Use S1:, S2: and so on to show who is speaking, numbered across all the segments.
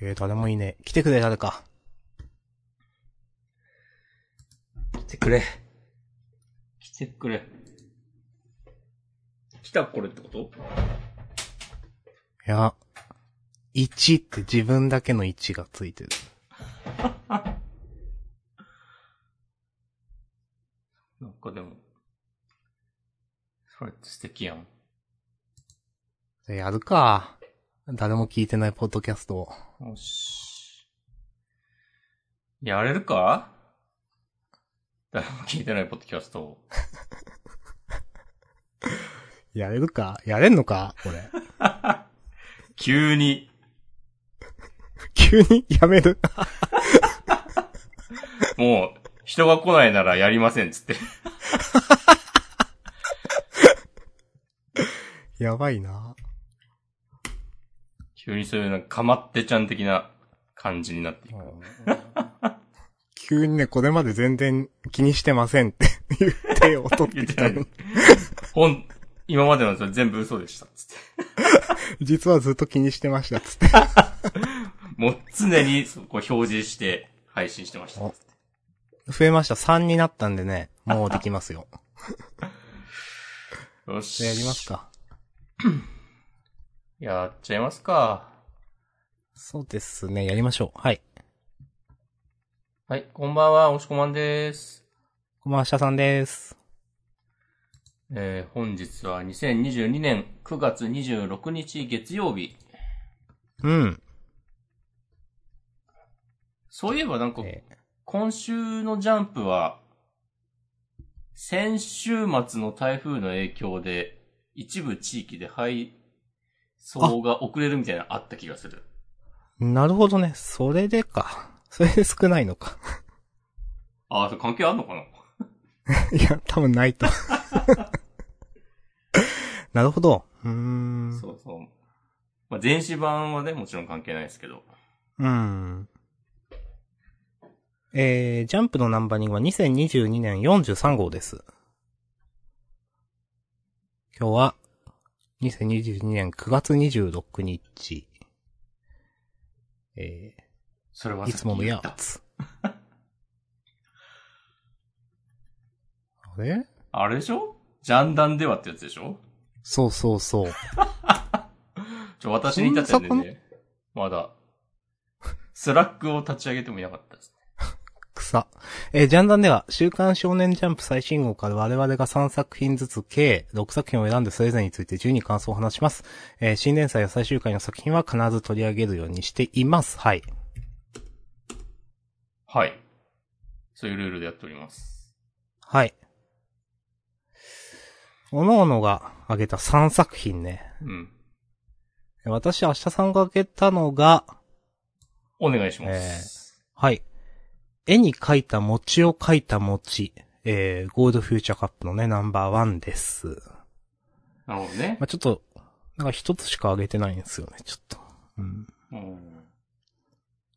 S1: えー、誰もいねえ。来てくれ、誰か。
S2: 来てくれ。
S3: 来てくれ。
S2: 来たこれってこと
S1: いや、1って自分だけの1がついてる。
S2: なんかでも。それって素敵やん。
S1: じゃあやるか。誰も聞いてないポッドキャストを。
S2: よし。やれるか誰も聞いてないポッドキャストを。
S1: やれるかやれんのかこれ。
S2: 急に。
S1: 急にやめる。
S2: もう、人が来ないならやりませんっつって。
S1: やばい な。
S2: 急にそういうなんか、かまってちゃん的な感じになっていく。
S1: 急にね、これまで全然気にしてませんって 言ってを取ってきたの に。
S2: ほん、今までのやつは全部嘘でしたっつって。
S1: 実はずっと気にしてましたっつって。
S2: もう常にそこ表示して配信してましたっつって。
S1: 増えました。3になったんでね、もうできます よ。
S2: よし。
S1: やります。か。
S2: やっちゃいますか。
S1: そうですね、やりましょう。はい。
S2: はい、こんばんは、おしこまんです。
S1: こんばんは、下さんです。
S2: えー、本日は2022年9月26日月曜日。
S1: うん。
S2: そういえばなんか、
S1: え
S2: 今週のジャンプは、先週末の台風の影響で、一部地域で配送が遅れるみたいなのあった気がする。
S1: なるほどね。それでか。それで少ないのか。
S2: ああ、それ関係あんのかない
S1: や、多分ないと。 なるほど。うーん。
S2: そうそう。まあ、電子版はね、もちろん関係ないですけど。
S1: うん。えー、ジャンプのナンバリングは2022年43号です。今日は、2022年9月26日。え
S2: それは
S1: ー、いつものや
S2: った。
S1: つ。あれ
S2: あれでしょジャンダンではってやつでしょ
S1: そうそうそう。
S2: ちょ、私に至ってはね、まだ、スラックを立ち上げてもいなかったですね。
S1: 草。えージャンダンでは、週刊少年ジャンプ最新号から我々が3作品ずつ計6作品を選んでそれぞれについて自由に感想を話します。えー新連載や最終回の作品は必ず取り上げるようにしています。はい。
S2: はい。そういうルールでやっております。
S1: はい。おのおのが挙げた3作品ね。
S2: うん。
S1: 私、明日さんが挙げたのが、
S2: お願いします。
S1: はい。絵に描いた餅を描いた餅。えー、ゴールドフューチャーカップのね、ナンバーワンです。
S2: なるほどね
S1: ま。あ、ちょっと、なんか一つしか上げてないんですよね、ちょっと。うん。
S2: うん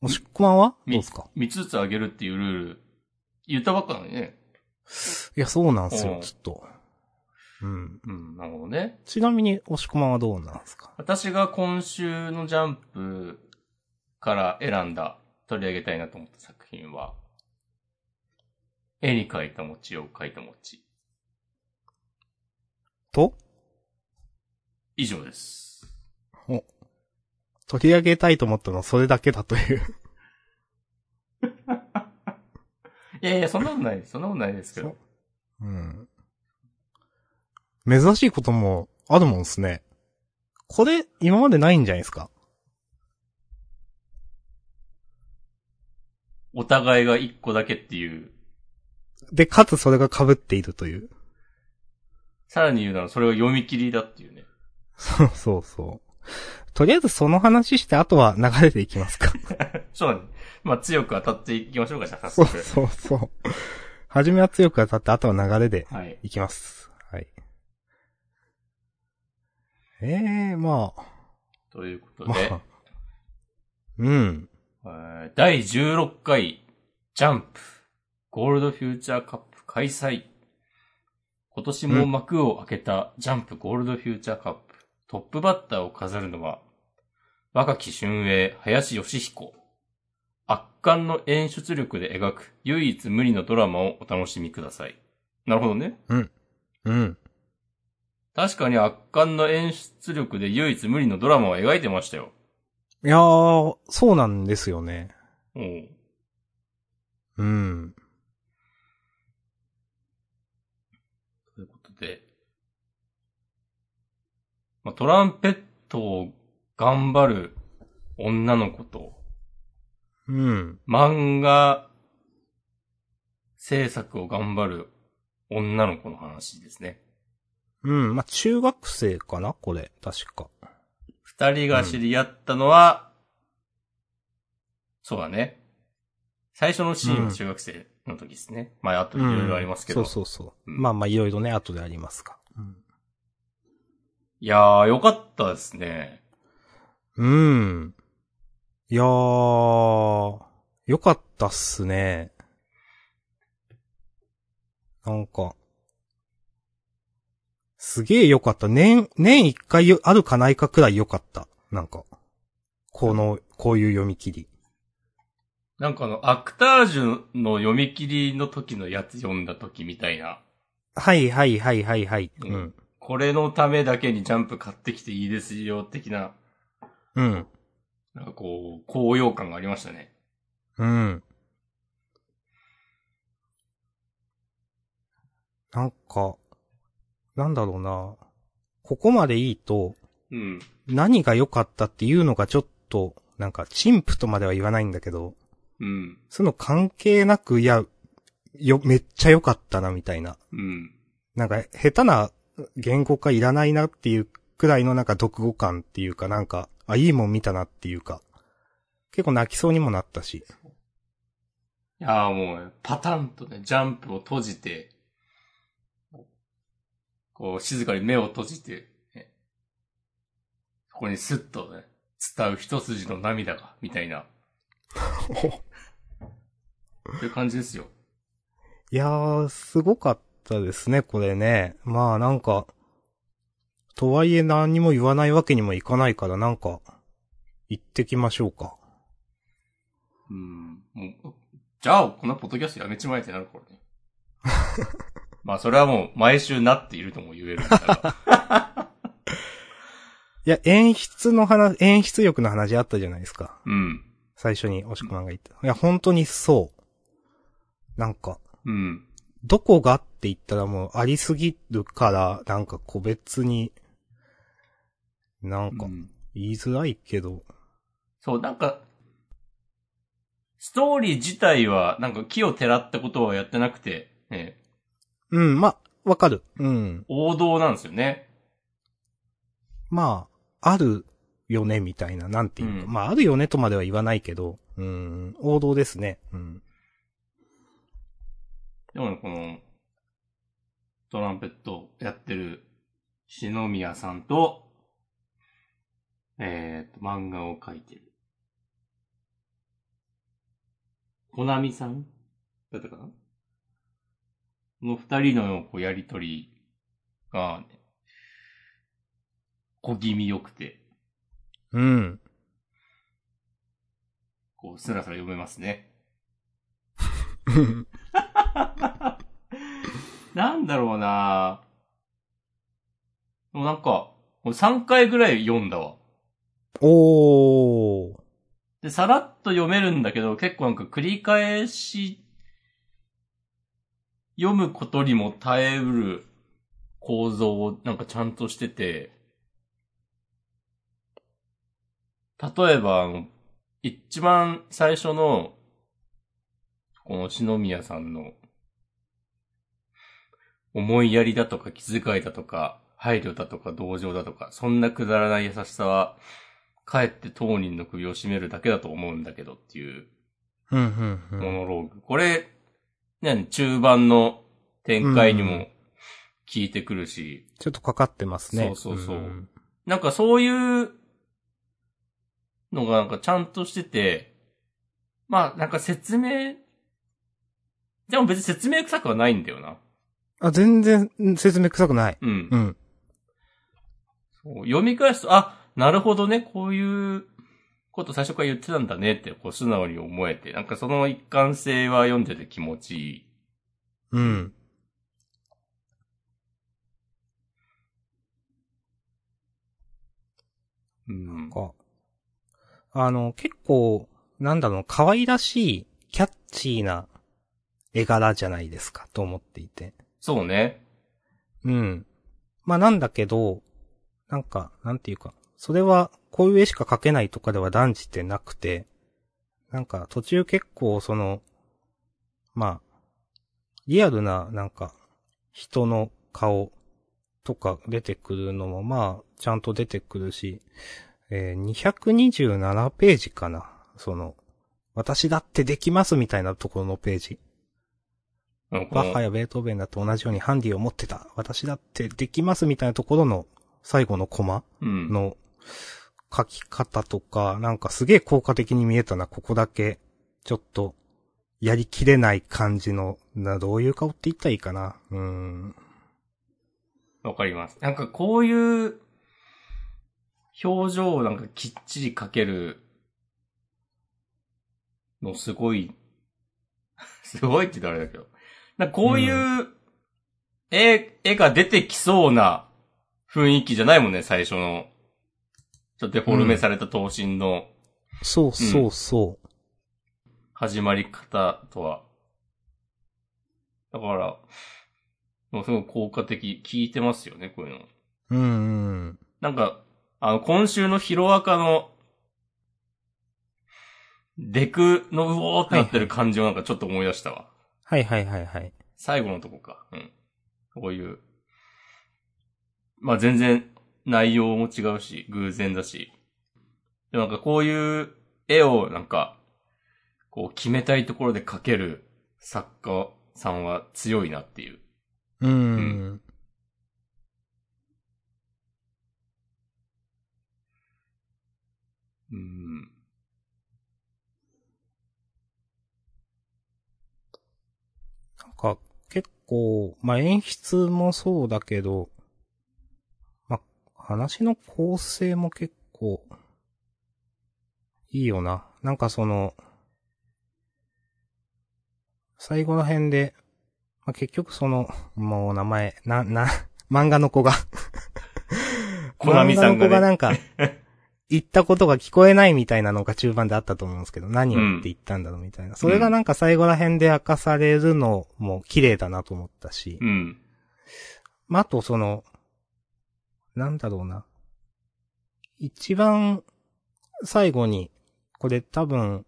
S1: もしっこまんはどう
S2: み
S1: ですか
S2: 三つずつあげるっていうルール、言ったばっかなのにね。
S1: いや、そうなんです
S2: う
S1: よ
S2: ん、
S1: ちょっと。うん。
S2: うん、なるほどね。
S1: ちなみに、押しこまんはどうなんですか
S2: 私が今週のジャンプから選んだ、取り上げたいなと思った作品は、絵に描いた餅を描いた餅。
S1: と、
S2: 以上です。
S1: 取り上げたいと思ったのはそれだけだという。
S2: いやいや、そんなことないです。そんなことないですけど。
S1: うん。珍しいこともあるもんですね。これ、今までないんじゃないですか
S2: お互いが一個だけっていう。
S1: で、かつそれが被っているという。
S2: さらに言うなら、それを読み切りだっていうね。
S1: そう そうそう。とりあえずその話して、あとは流れていき ますか。
S2: そうだね。まあ、強く当たっていきましょうか、じゃあ、
S1: そ
S2: 早
S1: う
S2: 速。
S1: そうそう。はじめは強く当たって、あとは流れで
S2: はい。
S1: いきます。はい。ええまあ、
S2: ということ
S1: ま
S2: で、
S1: あ。うん。
S2: えー第16回、ジャンプ、ゴールドフューチャーカップ開催。今年も幕を開けたジャンプゴールドフューチャーカップ、トップバッターを飾るのは、若き春英、林義彦。圧巻の演出力で描く唯一無二のドラマをお楽しみください。なるほどね。
S1: うん。
S2: 確かに圧巻の演出力で唯一無二のドラマを描いてましたよ。
S1: いやー、そうなんですよね。
S2: おう
S1: うん。
S2: ということで。まあ、トランペットを頑張る女の子と、
S1: うん。
S2: 漫画制作を頑張る女の子の話ですね。
S1: うん。まあ、中学生かなこれ、確か。
S2: 二人が知り合ったのは、そうだね。最初のシーンは中学生の時ですね。まあ、あといろいろありますけど。
S1: うんそうそうそう。
S2: うん
S1: まあまあ、いろいろね、後でありますが。うん。
S2: いやー、よかったですね。
S1: うん。いやー、よかったっすね。なんか、すげえよかった。年、年一回よあるかないかくらいよかった。なんか、この、こういう読み切り。
S2: なんかあの、アクタージュの読み切りの時のやつ読んだ時みたいな。
S1: はいはいはいはいはい。うん。
S2: これのためだけにジャンプ買ってきていいですよ、的な、
S1: うん。
S2: なんかこう、高揚感がありましたね。
S1: うん。なんか、なんだろうな。ここまでいいと、
S2: うん。
S1: 何が良かったっていうのがちょっと、なんか、陳腐とまでは言わないんだけど、
S2: うん。
S1: そういうの関係なく、いや、よ、めっちゃ良かったな、みたいな。
S2: うん。
S1: なんか、下手な言語化いらないなっていうくらいのなんか、読語感っていうか、なんか、あ、いいもん見たなっていうか、結構泣きそうにもなったし。
S2: いやーもう、パタンとね、ジャンプを閉じて、こう、静かに目を閉じて、ね、そこにスッとね、伝う一筋の涙が、みたいな、そういう感じですよ。
S1: いやー、すごかったですね、これね。まあなんか、とはいえ何も言わないわけにもいかないから、なんか、行ってきましょうか。
S2: うん。もう、じゃあ、このポッドキャストやめちまえってなるからね。 まあ、それはもう、毎週なっているとも言えるんだから。
S1: いや、演出の話、演出力の話あったじゃないですか。
S2: うん。
S1: 最初に、おしくまんが言った。いや、本当にそう。なんか、
S2: うん。
S1: どこがって言ったらもうありすぎるから、なんか個別に、なんか
S2: う、ん
S1: 言いづらいけど、
S2: そう、なんか、ストーリー自体は、なんか木をてらったことはやってなくて、ね、
S1: うん、まあ、わかる。うん。
S2: 王道なんですよね。
S1: まあ、あるよね、みたいな、なんていうか。
S2: うん
S1: まあ、あるよねとまでは言わないけど、うん、王道ですね。うん。
S2: でもね、この、トランペットやってる、篠宮さんと、えーと、漫画を描いてる。コナミさんだったかなこの二人のこうやりとりが、ね、小気味良くて、
S1: うん。
S2: こう、すらすら読めますね。なんだろうなもうなんか、もう3回ぐらい読んだわ。
S1: おー。
S2: で、さらっと読めるんだけど、結構なんか繰り返し、読むことにも耐えうる構造をなんかちゃんとしてて、例えば、あの一番最初の、この篠宮さんの、思いやりだとか気遣いだとか、配慮だとか同情だとか、そんなくだらない優しさは、帰って当人の首を絞めるだけだと思うんだけどっていう
S1: うん、うん、う
S2: モ
S1: ん。
S2: ノローグ。これ、ね、中盤の展開に
S1: うん
S2: も効いてくるし、
S1: ちょっとかかってますね。
S2: そうそうそうんなんかそういうのがなんかちゃんとしてて、まあなんか説明、でも別に説明臭くはないんだよな。
S1: あ、全然説明臭くない。
S2: うん
S1: う。ん。
S2: そう読み返すと、あ、なるほどね、こういうこと最初から言ってたんだねって、こう素直に思えて、なんかその一貫性は読んでて気持ちいい。
S1: うん。
S2: うん。
S1: か。あの、結構、なんだろう、可愛らしい、キャッチーな絵柄じゃないですか、と思っていて。
S2: そうね。
S1: うん。まあなんだけど、なんか、なんていうか、それは、こういう絵しか描けないとかでは断じてなくて、なんか途中結構その、まあ、リアルな、なんか、人の顔とか出てくるのも、まあ、ちゃんと出てくるし、えー227ページかな。その、私だってできますみたいなところのページ。
S2: うん、こ
S1: バッハ
S2: の
S1: やベートーベンだと同じようにハンディを持ってた。私だってできますみたいなところの最後のコマ
S2: うん。
S1: の書き方とか、なんかすげえ効果的に見えたな、ここだけ。ちょっと、やりきれない感じの、な、どういう顔って言ったらいいかな。うーん。
S2: わかります。なんかこういう表情をなんかきっちり描けるのすごい、 すごいって言ったらあれだけど。なんかこういう絵、絵が出てきそうな雰囲気じゃないもんね、最初の。ちょっとデフォルメされた刀身の
S1: そうそうそう。
S2: 始まり方とは。だから、もうすごい効果的、効いてますよね、こういうの。
S1: うん、うん。
S2: なんか、あの、今週のヒロアカの、デクのうおーってなってる感じをなんかちょっと思い出したわ。
S1: はいはいはいはい。
S2: 最後のとこか。うん。こういう。まあ全然内容も違うし、偶然だし。でもなんかこういう絵をなんか、こう決めたいところで描ける作家さんは強いなっていう。
S1: うーん。、
S2: うんうん。
S1: なんか、結構、まあ、演出もそうだけど、まあ、話の構成も結構、いいよな。なんかその、最後ら辺で、まあ、結局その、もう名前、な、な、 漫画の子が、
S2: コナミさんがね
S1: 漫画の子が なんか、言ったことが聞こえないみたいなのが中盤であったと思うんですけど、何をって言ったんだろうみたいな。それがなんか最後ら辺で明かされるのも綺麗だなと思ったし。
S2: うん。
S1: まあ、あとその、なんだろうな。一番最後に、これ多分、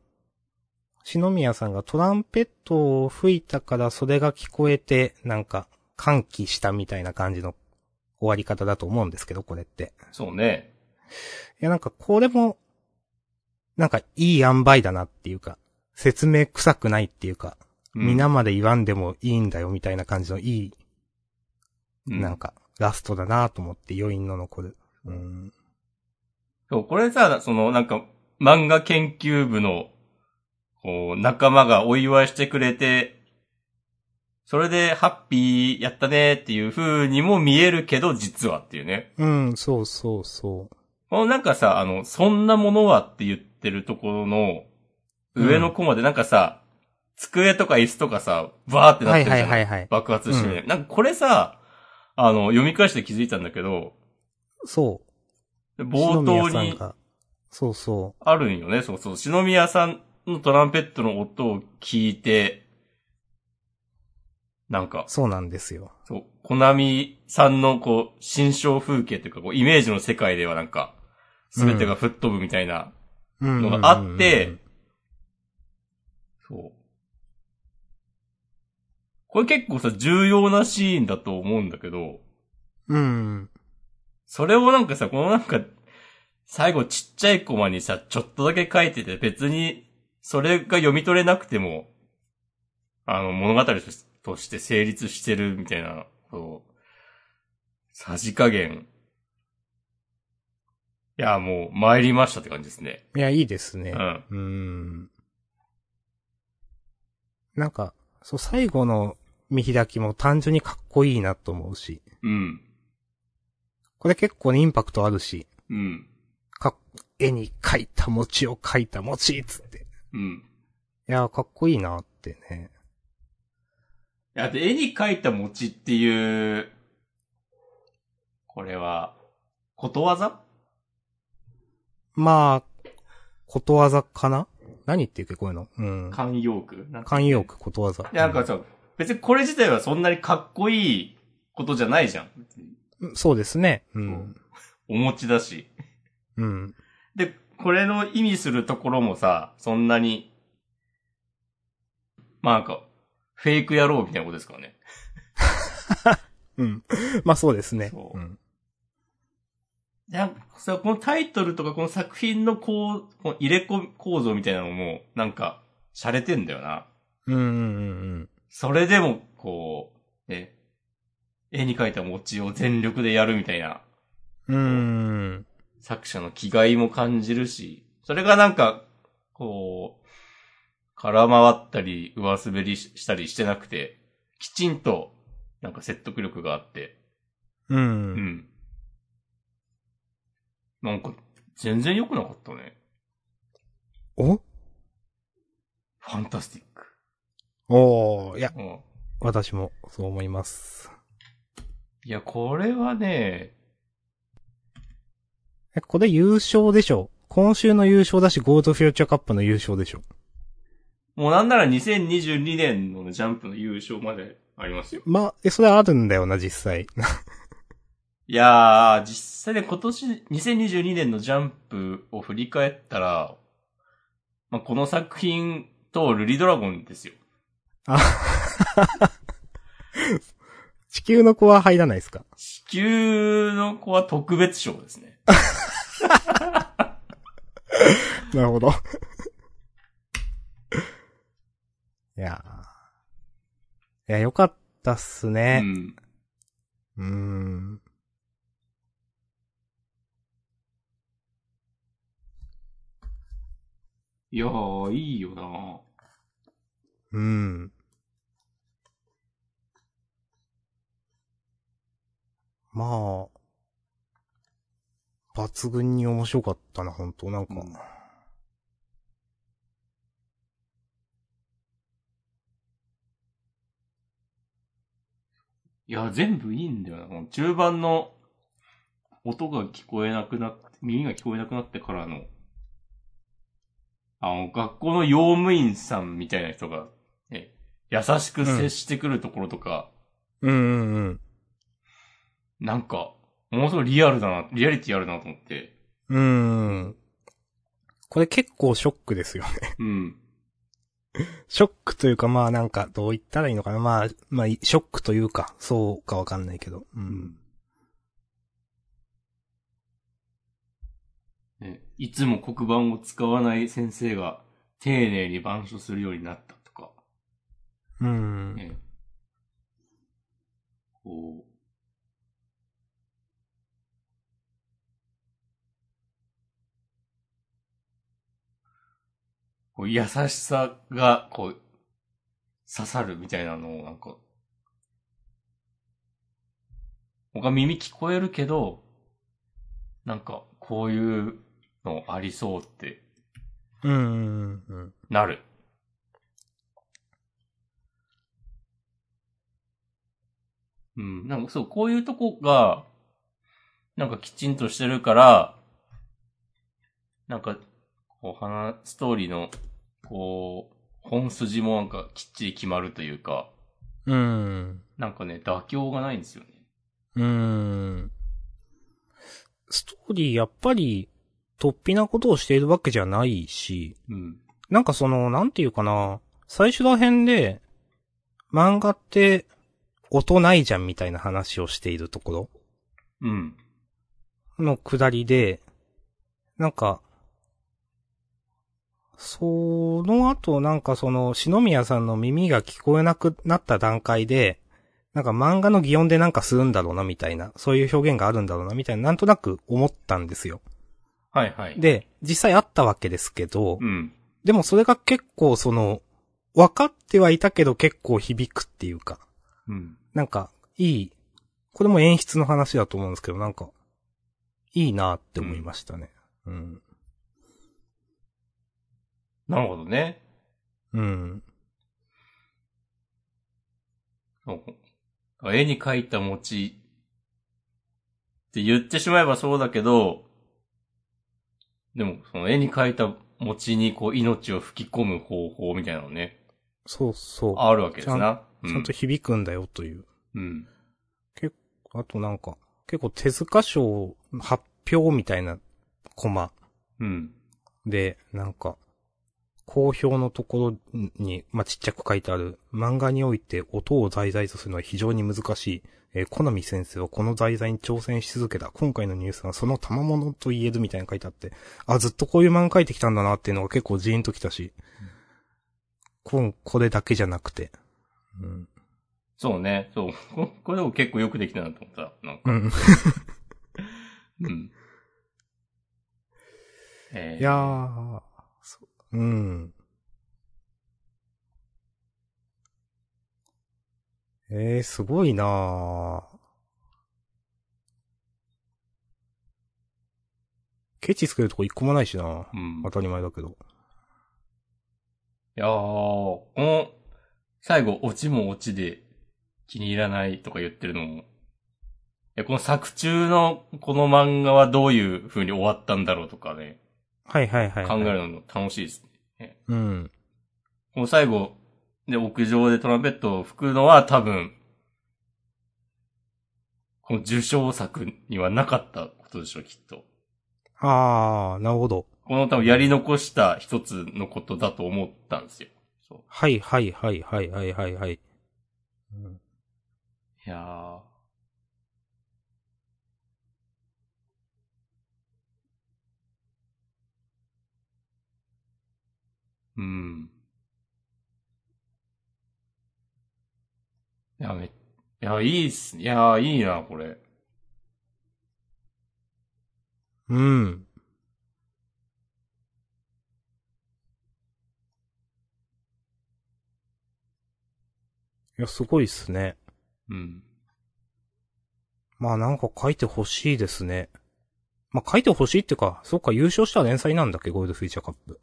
S1: 篠宮さんがトランペットを吹いたからそれが聞こえて、なんか、歓喜したみたいな感じの終わり方だと思うんですけど、これって。
S2: そうね。
S1: いや、なんかこれも、なんかいい塩梅だなっていうか、説明臭くないっていうか、
S2: うん
S1: 皆、まで言わんでもいいんだよみたいな感じのいい
S2: うん
S1: なんか、ラストだなと思って余韻の残る。うん。
S2: そう、これさ、その、なんか、漫画研究部の、こう、仲間がお祝いしてくれて、それで、ハッピーやったねっていう風にも見えるけど、実はっていうね。
S1: うん、そうそうそう。
S2: このなんかさ、あの、そんなものはって言ってるところの、上のコマでなんかさ、机とか椅子とかさ、バーってなっ
S1: は
S2: て
S1: い
S2: るじ
S1: は
S2: ゃん
S1: いはいはい。
S2: 爆発してるね、なんかこれさ、あの、読み返して気づいたんだけど、
S1: そう。
S2: 冒
S1: 篠
S2: 頭
S1: 宮さん
S2: に、
S1: が。そうそ
S2: あるんよね。そうそう。篠宮さんのトランペットの音を聞いて、なんか
S1: う。、そうなんですよ。
S2: そう、コナミさんのこう、心象風景というか、こう、イメージの世界ではなんか、すべてが吹っ飛ぶみたいな
S1: うん
S2: のがあって、そう。これ結構さ、重要なシーンだと思うんだけど、
S1: うんうん。
S2: それをなんかさ、このなんか、最後ちっちゃいコマにさ、ちょっとだけ書いてて、別に、それが読み取れなくても、あの、物語としとして成立してるみたいな、そう、さじ加減。いや、もう、参りましたって感じですね。
S1: いや、いいですね
S2: う。ん。
S1: うん。なんか、そう、最後の見開きも単純にかっこいいなと思うし、
S2: うん。
S1: これ結構ねインパクトあるし、
S2: うん。
S1: かっ、絵に描いた餅を描いた餅っつって。い
S2: うん。
S1: やー、かっこいいなってね。
S2: だって絵に描いた餅っていう、これは、ことわざ
S1: まあ、ことわざかな何言っていうかこういうのうん。
S2: 慣用句なんか
S1: 慣用句ことわざ。
S2: いやなんかそう、別にこれ自体はそんなにかっこいいことじゃないじゃん。別に
S1: うんそうですね。うん。
S2: お餅だし。
S1: うん。
S2: で、これの意味するところもさ、そんなに、まあなんか、フェイク野郎みたいなことですからね。
S1: うん。 まあそうですね。
S2: そう
S1: うん。
S2: なんかさ、このタイトルとかこの作品のこう、この入れ込み構造みたいなのも、なんか、洒落てんだよな。
S1: うんうんうん
S2: それでも、こう、ね、絵に描いた餅を全力でやるみたいな、
S1: うん。うん。
S2: 作者の気概も感じるし、それがなんか、こう、空回ったり、上滑りししたりしてなくて、きちんと、なんか説得力があって、
S1: う。
S2: うんん。なんか、全然良くなかったね。
S1: お
S2: ファンタスティック。
S1: おー、いや、
S2: うん。
S1: 私もそう思います。
S2: いや、これはね、
S1: え、これ優勝でしょ今週の優勝だし、ゴールドフューチャーカップの優勝でしょ
S2: もうなんなら2022年のジャンプの優勝までありますよ。
S1: まあ、え、それあるんだよな、実際。
S2: いやー、実際ね、今年、2022年のジャンプを振り返ったら、まあ、この作品とルリドラゴンですよ。
S1: あ地球の子は入らないですか
S2: 地球の子は特別賞ですね。
S1: なるほど。いやー。いや、よかったっす
S2: う
S1: ね。
S2: ん。
S1: うーん。
S2: いやー、いいよな
S1: うん。まあ、抜群に面白かったな、本当なんか。
S2: うんいや、全部いいんだよな。この中盤の音が聞こえなくなって、耳が聞こえなくなってからの、あの、学校の用務員さんみたいな人が、ね、優しく接してくるところとか、
S1: うんうんうん。
S2: なんか、ものすごいリアルだな、リアリティあるなと思って。
S1: うーん。これ結構ショックですよね。
S2: うん。
S1: ショックというかまあなんか、どう言ったらいいのかな。まあ、まあ、ショックというか、そうかわかんないけど。う。。
S2: うんね、いつも黒板を使わない先生が丁寧に板書するようになったとか。
S1: うん。
S2: ね、こう。こう優しさが、こう、刺さるみたいなのを、なんか、他耳聞こえるけど、なんか、こういうのありそうって
S1: うんうんうんうん。
S2: なる。うん、なんかそう、こういうとこが、なんかきちんとしてるから、なんか、こう、話、ストーリーの、こう、本筋もなんかきっちり決まるというか、
S1: うん。
S2: なんかね、妥協がないんですよね。
S1: うん。ストーリー、やっぱり、突飛なことをしているわけじゃないし、
S2: うん。
S1: なんかその、なんていうかな、最初ら辺で、漫画って、音ないじゃんみたいな話をしているところ
S2: うん。
S1: の下りで、なんか、その後なんかその、篠宮さんの耳が聞こえなくなった段階で、なんか漫画の擬音でなんかするんだろうなみたいな、そういう表現があるんだろうなみたいな、なんとなく思ったんですよ。
S2: はいはい。、
S1: で、実際あったわけですけど、
S2: うん。
S1: でもそれが結構その、分かってはいたけど結構響くっていうか、
S2: うん。
S1: なんか、いい、これも演出の話だと思うんですけど、なんか、いいなって思いましたね。うん。
S2: なるほどね。
S1: うん。
S2: そう絵に描いた餅って言ってしまえばそうだけど、でも、その絵に描いた餅にこう命を吹き込む方法みたいなのね、
S1: そうそう。
S2: あるわけです
S1: ちゃ
S2: な。う
S1: ちゃんと響くんだよという。
S2: うん。
S1: あとなんか、結構手塚賞発表みたいなコマ
S2: うん。
S1: で、なんか、公表のところに、まあ、ちっちゃく書いてある、漫画において音を題材とするのは非常に難しい。えー、コナミ先生はこの題材に挑戦し続けた。今回のニュースはその賜物と言えるみたいなの書いてあって、あ、ずっとこういう漫画書いてきたんだなっていうのが結構ジーンときたし、こん、これだけじゃなくて。うん。
S2: そうね。そう。 ここれも結構よくできたなと思った。なんか。
S1: うん。
S2: うん。え ー
S1: いやー、そううん。えー、すごいなーケチつけるとこ一個もないしな
S2: うん。
S1: 当たり前だけど。
S2: いやー、この、最後、オチもオチで気に入らないとか言ってるのも、いや、この作中のこの漫画はどういう風に終わったんだろうとかね、
S1: はいはいはい、
S2: 考えるの楽しいですね。
S1: うん。
S2: この最後、で、屋上でトランペットを吹くのは多分、この受賞作にはなかったことでしょう、きっと。
S1: あー、なるほど。
S2: この多分やり残した一つのことだと思ったんですよ。そう
S1: はいはいはいはいはいはいはい。うん
S2: いやー。うん。いや、め、いや、いいっす。いやー、いいな、これ。
S1: うん。いや、すごいっすね。
S2: うん。
S1: まあなんか書いてほしいですね。まあ書いてほしいっていうか、そっか優勝した連載なんだっけ、ゴールドフィーチャーカップ。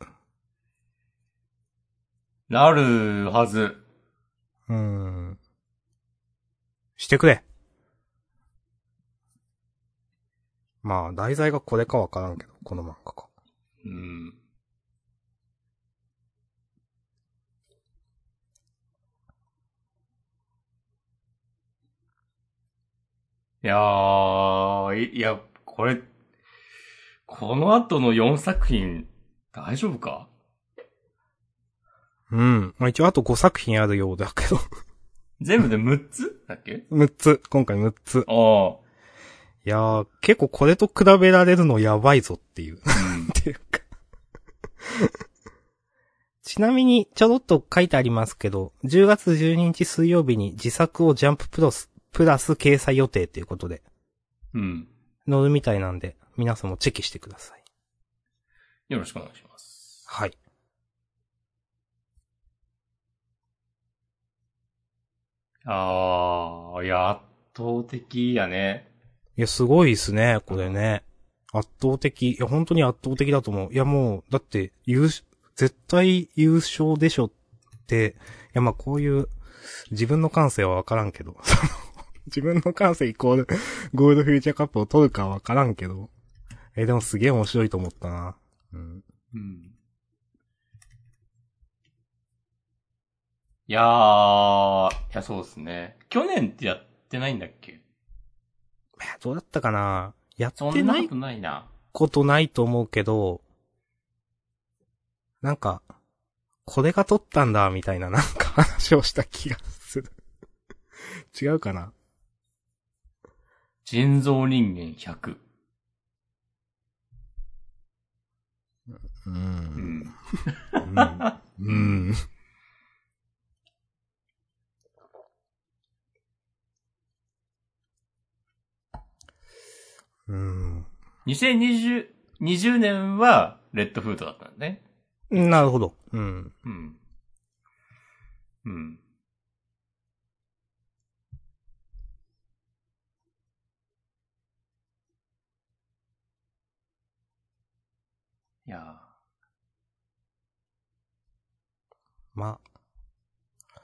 S2: なるはず。
S1: うーん。してくれ。まあ、題材がこれかわからんけど、この漫画か。
S2: うん。いやー、いいや、これ、この後の4作品、大丈夫か
S1: うん。まあ一応あと5作品あるようだけど。
S2: 全部で6つだっけ
S1: 6つ。今回6つ。
S2: ああ。
S1: いやー、結構これと比べられるのやばいぞっていう。
S2: うん。
S1: っていうか。ちなみに、ちょろっと書いてありますけど、10月12日水曜日に自作をジャンププロス、プラス掲載予定ということで、
S2: うん。
S1: 載るみたいなんで、皆さんもチェックしてください。
S2: よろしくお願いします。
S1: はい。
S2: あー、いや、圧倒的やね。
S1: いや、すごいですね、これね。圧倒的。いや、本当に圧倒的だと思う。いや、もう、だって、優勝、絶対優勝でしょって、いや、まあ、こういう、自分の感性はわからんけど、そ の自分の感性イコール、ゴールドフューチャーカップを取るかはわからんけど、え、でもすげえ面白いと思ったな。うん。
S2: うんいやー、いや、そうですね。去年ってやってないんだっけ
S1: いやどうだったかなやっ
S2: そ
S1: て
S2: んな
S1: な
S2: こ
S1: い
S2: とないな。
S1: ことないと思うけど、なんか、これが撮ったんだ、みたいななんか話をした気がする。違うかな
S2: 人造人間100。
S1: う。
S2: うんん。
S1: うん。うん。
S2: 2020、20年は、レッドフードだったんだね。
S1: うん。なるほど。うん。
S2: うん。うん。いや
S1: まあ、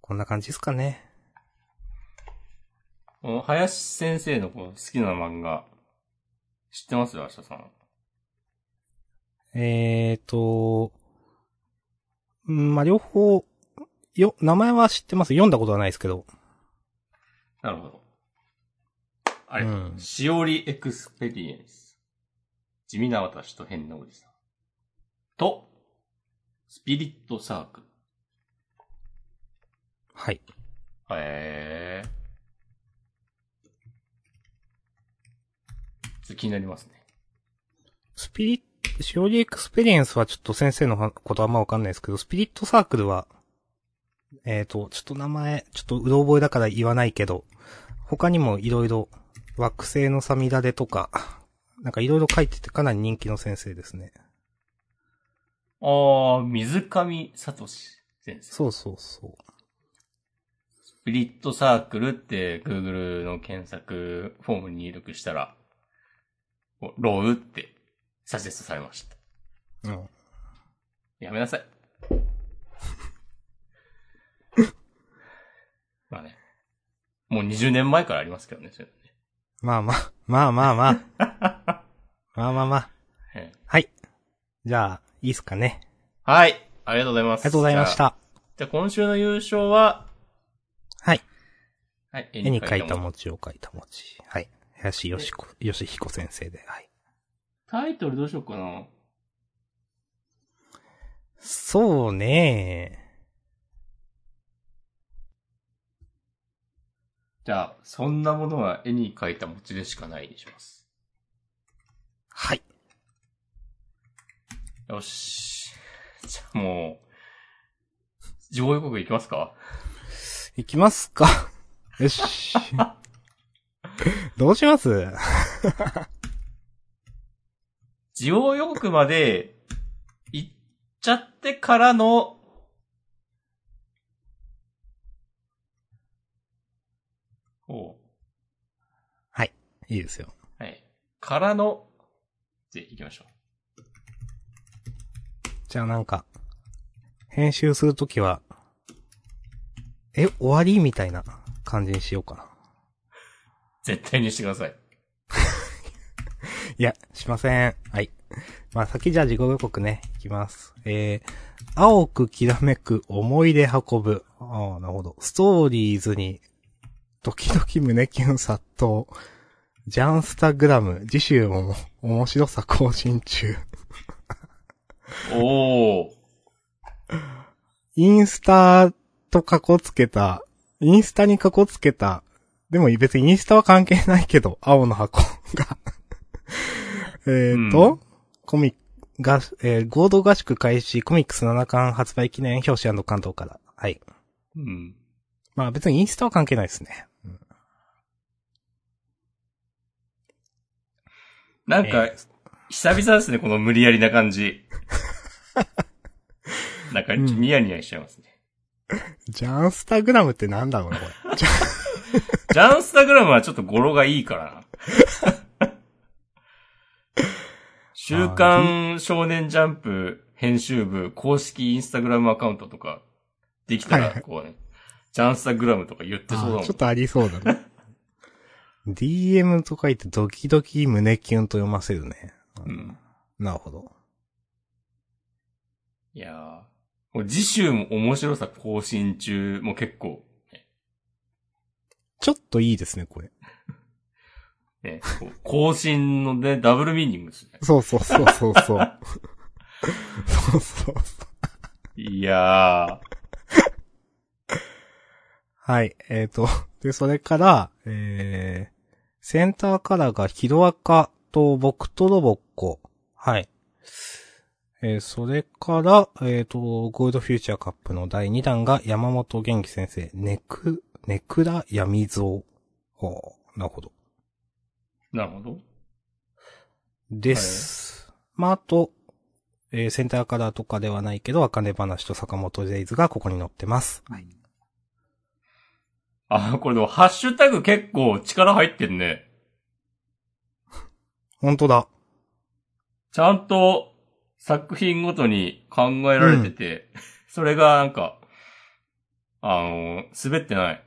S1: こんな感じですかね。
S2: この林先生のこの好きな漫画、知ってますよ、明日さん。
S1: えーと、うんまあ、両方、よ、名前は知ってます。読んだことはないですけど。
S2: なるほど。ありがとう。
S1: うん
S2: しおりエクスペリエンス。地味な私と変なおじさん。と、スピリットサークル。
S1: はい。
S2: へえ。ちょっと気になりますね。
S1: スピリット、しおりエクスペリエンスはちょっと先生のはことあんまわかんないですけど、スピリットサークルは、えーと、ちょっと名前、ちょっとうろ覚えだから言わないけど、他にもいろいろ、惑星のさみだれとか、なんかいろいろ書いててかなり人気の先生ですね。
S2: ああ、水上聡先生。
S1: そうそうそう。
S2: スピリットサークルって Google の検索フォームに入力したら、こうロウってサジェストされました。
S1: うん。
S2: やめ なさい。まあね。もう20年前からありますけどね、それね。
S1: まあまあ、まあまあまあ。まあまあまあ。
S2: ええ
S1: はい。じゃあ、いいっすかね。
S2: はい。ありがとうございます。
S1: ありがとうございまし
S2: じゃあ。
S1: た。
S2: じゃあ今週の優勝は、
S1: はい。
S2: はい、絵
S1: 絵に描いた
S2: ん。
S1: 餅を描いた餅。はい。林よしこ、よしひこ先生で。はい。
S2: タイトルどうしようかな。
S1: そうね
S2: じゃあ、そんなものは絵に描いた餅でしかないにします。
S1: はい。
S2: よし。じゃあもう、上位国行きますか
S1: いきます か。よし。どうします
S2: 地方予告まで行っちゃってからの、こ
S1: いいですよ。
S2: う、はい。からの、で、行きましょう。
S1: じゃあなんか、編集するときは、え、終わりみたいな感じにしようかな。
S2: 絶対にしてくださ い。
S1: いや、しません。はい。まあ、先じゃあ自己予告ね、いきます。えー、青くきらめく思い出運ぶ。ああ、なるほど。ストーリーズに、時々胸キュン殺到。ジャンスタグラム、次週も面白さ更新中。
S2: おー。
S1: インスタとかこつけた、インスタにかこつけた、でも別にインスタは関係ないけど、 青の箱が。 えっと、
S2: うん
S1: コミック、が、えー合同合宿開始、コミックス7巻発売記念表紙関東から。はい。
S2: うん。
S1: まあ別にインスタは関係ないですね。うん
S2: なんか
S1: え、
S2: 久々ですね、この無理やりな感じ。なんか、
S1: うん
S2: ニヤニヤしちゃいますね。
S1: ジャンスタグラムってなんだろうな、これ。ジャン
S2: ジャンスタグラムはちょっと語呂がいいから な。週刊少年ジャンプ編集部公式インスタグラムアカウントとか、できた
S1: はいは
S2: ら、
S1: い
S2: こうね、ジャンスタグラムとか言ってそうだも
S1: あ
S2: ん。
S1: ーちょっとありそうだ ね。DM と書いてドキドキ胸キュンと読ませるね。
S2: うん。
S1: なるほど。
S2: いやー。もう次週も面白さ更新中も結構、
S1: ちょっといいですね、これ。
S2: ね、こう更新のね、 ダブルミーニングですね。
S1: そうそうそうそうそう。そうそうそう。
S2: いや
S1: はい、えっ、と、で、それから、えー、センターカラーがヒロアカと僕とロボッコ。はい。えー、それから、えっ、と、ゴールドフューチャーカップの第2弾が山本元気先生、ネク、ネクラ闇蔵。ほう、なるほど。
S2: ー。なるほど。
S1: です。まあ、あと、えーセンターカラーとかではないけど、あかね話と坂本ジェイズがここに載ってます。はい。
S2: あ、これでもハッシュタグ結構力入ってんね。
S1: 本当だ。
S2: ちゃんと作品ごとに考えられてて、 それがなんか、あの、滑ってない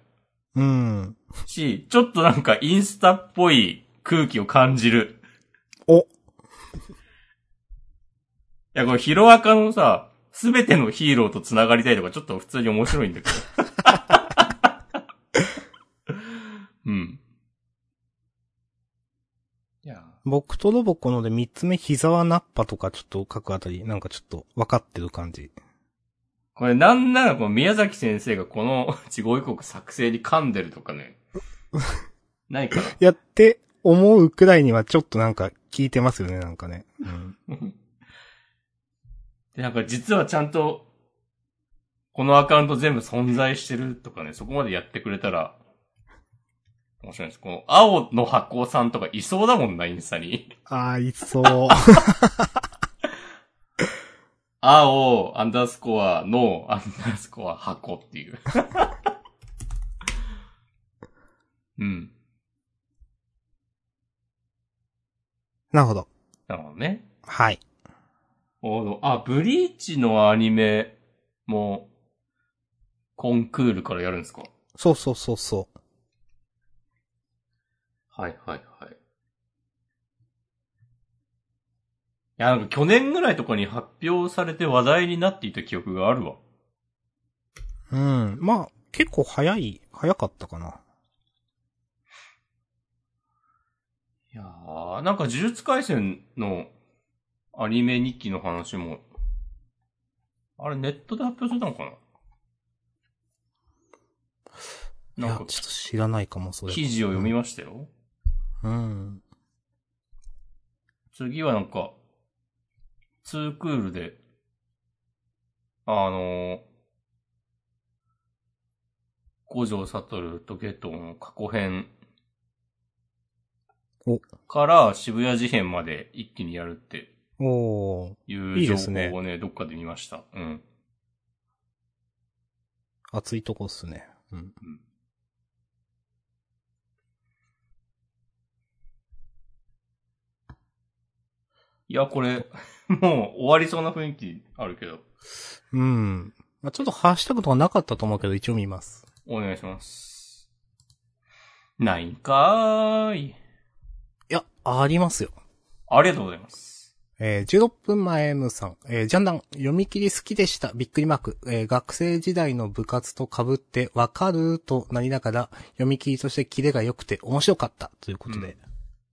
S1: うん。
S2: し、ちょっとなんかインスタっぽい空気を感じる。
S1: お
S2: いや、これヒロアカのさ、すべてのヒーローと繋がりたいとかちょっと普通に面白いん だけど。うん。いや、
S1: 僕とロボコので三つ目、膝はナッパとかちょっと書くあたり、なんかちょっと分かってる感じ。
S2: これなんならこの宮崎先生がこの 地獄予告作成に噛んでるとかね。ないか
S1: やって思うくらいにはちょっとなんか聞いてますよね、なんかね。うん。
S2: な。で、なんか実はちゃんと、このアカウント全部存在してるとかね、そこまでやってくれたら、面白いです。この青の箱さんとかいそうだもんな、インスタに。
S1: あー、いっそう。
S2: 青、アンダースコア、の、アンダースコア、箱っていう。 うん。
S1: なるほど。
S2: なるほどね。
S1: はい。
S2: おーあ、ブリーチのアニメも、コンクールからやるんですか
S1: そうそうそうそう。
S2: はいはいはい。いや、なんか去年ぐらいとかに発表されて話題になっていた記憶があるわ。
S1: うん。まあ、結構早い、早かったかな。
S2: いやー、なんか呪術廻戦のアニメ日記の話も、あれネットで発表されたのか
S1: い
S2: ななん
S1: や
S2: か、
S1: ちょっと知らないかも、それ。
S2: 記事を読みましたよ。
S1: うん。
S2: 次はなんか、ツークールで、あのー、五条悟とゲトの過去編
S1: お
S2: から渋谷事変まで一気にやるって
S1: おー。
S2: いう
S1: いい
S2: 情
S1: ですね
S2: 報をね、どっかで見ました。うん。
S1: 熱いとこっすね。うん。
S2: いや、これ、 もう終わりそうな雰囲気あるけど、
S1: うん。まあ、ちょっとハッシュタグとかなかったと思うけど、一応見ます。
S2: お願いします。ないんかーい。
S1: いや、ありますよ。
S2: ありがとうございます。
S1: えー16分前 M さん、えージャンダン、読み切り好きでした。びっくりマーク。えー学生時代の部活と被ってわかるとなりながら、読み切りとしてキレが良くて面白かった。ということで、
S2: うん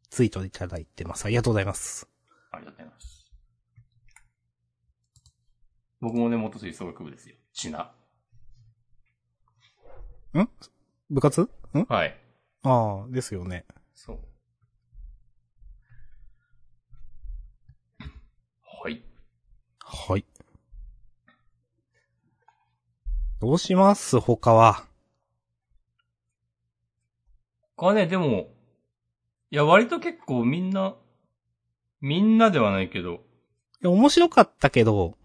S1: ツイートいただいてます。ありがとうございます。
S2: ありがとうございます。僕もね、元吹奏楽部ですよ。ちな。
S1: 部活んあ
S2: はい。
S1: あー、ですよね。
S2: そう。はい。
S1: はい。どうします他は。
S2: 他ね、でも、いや、割と結構みんな、みんなではないけど、
S1: いや面白かったけど、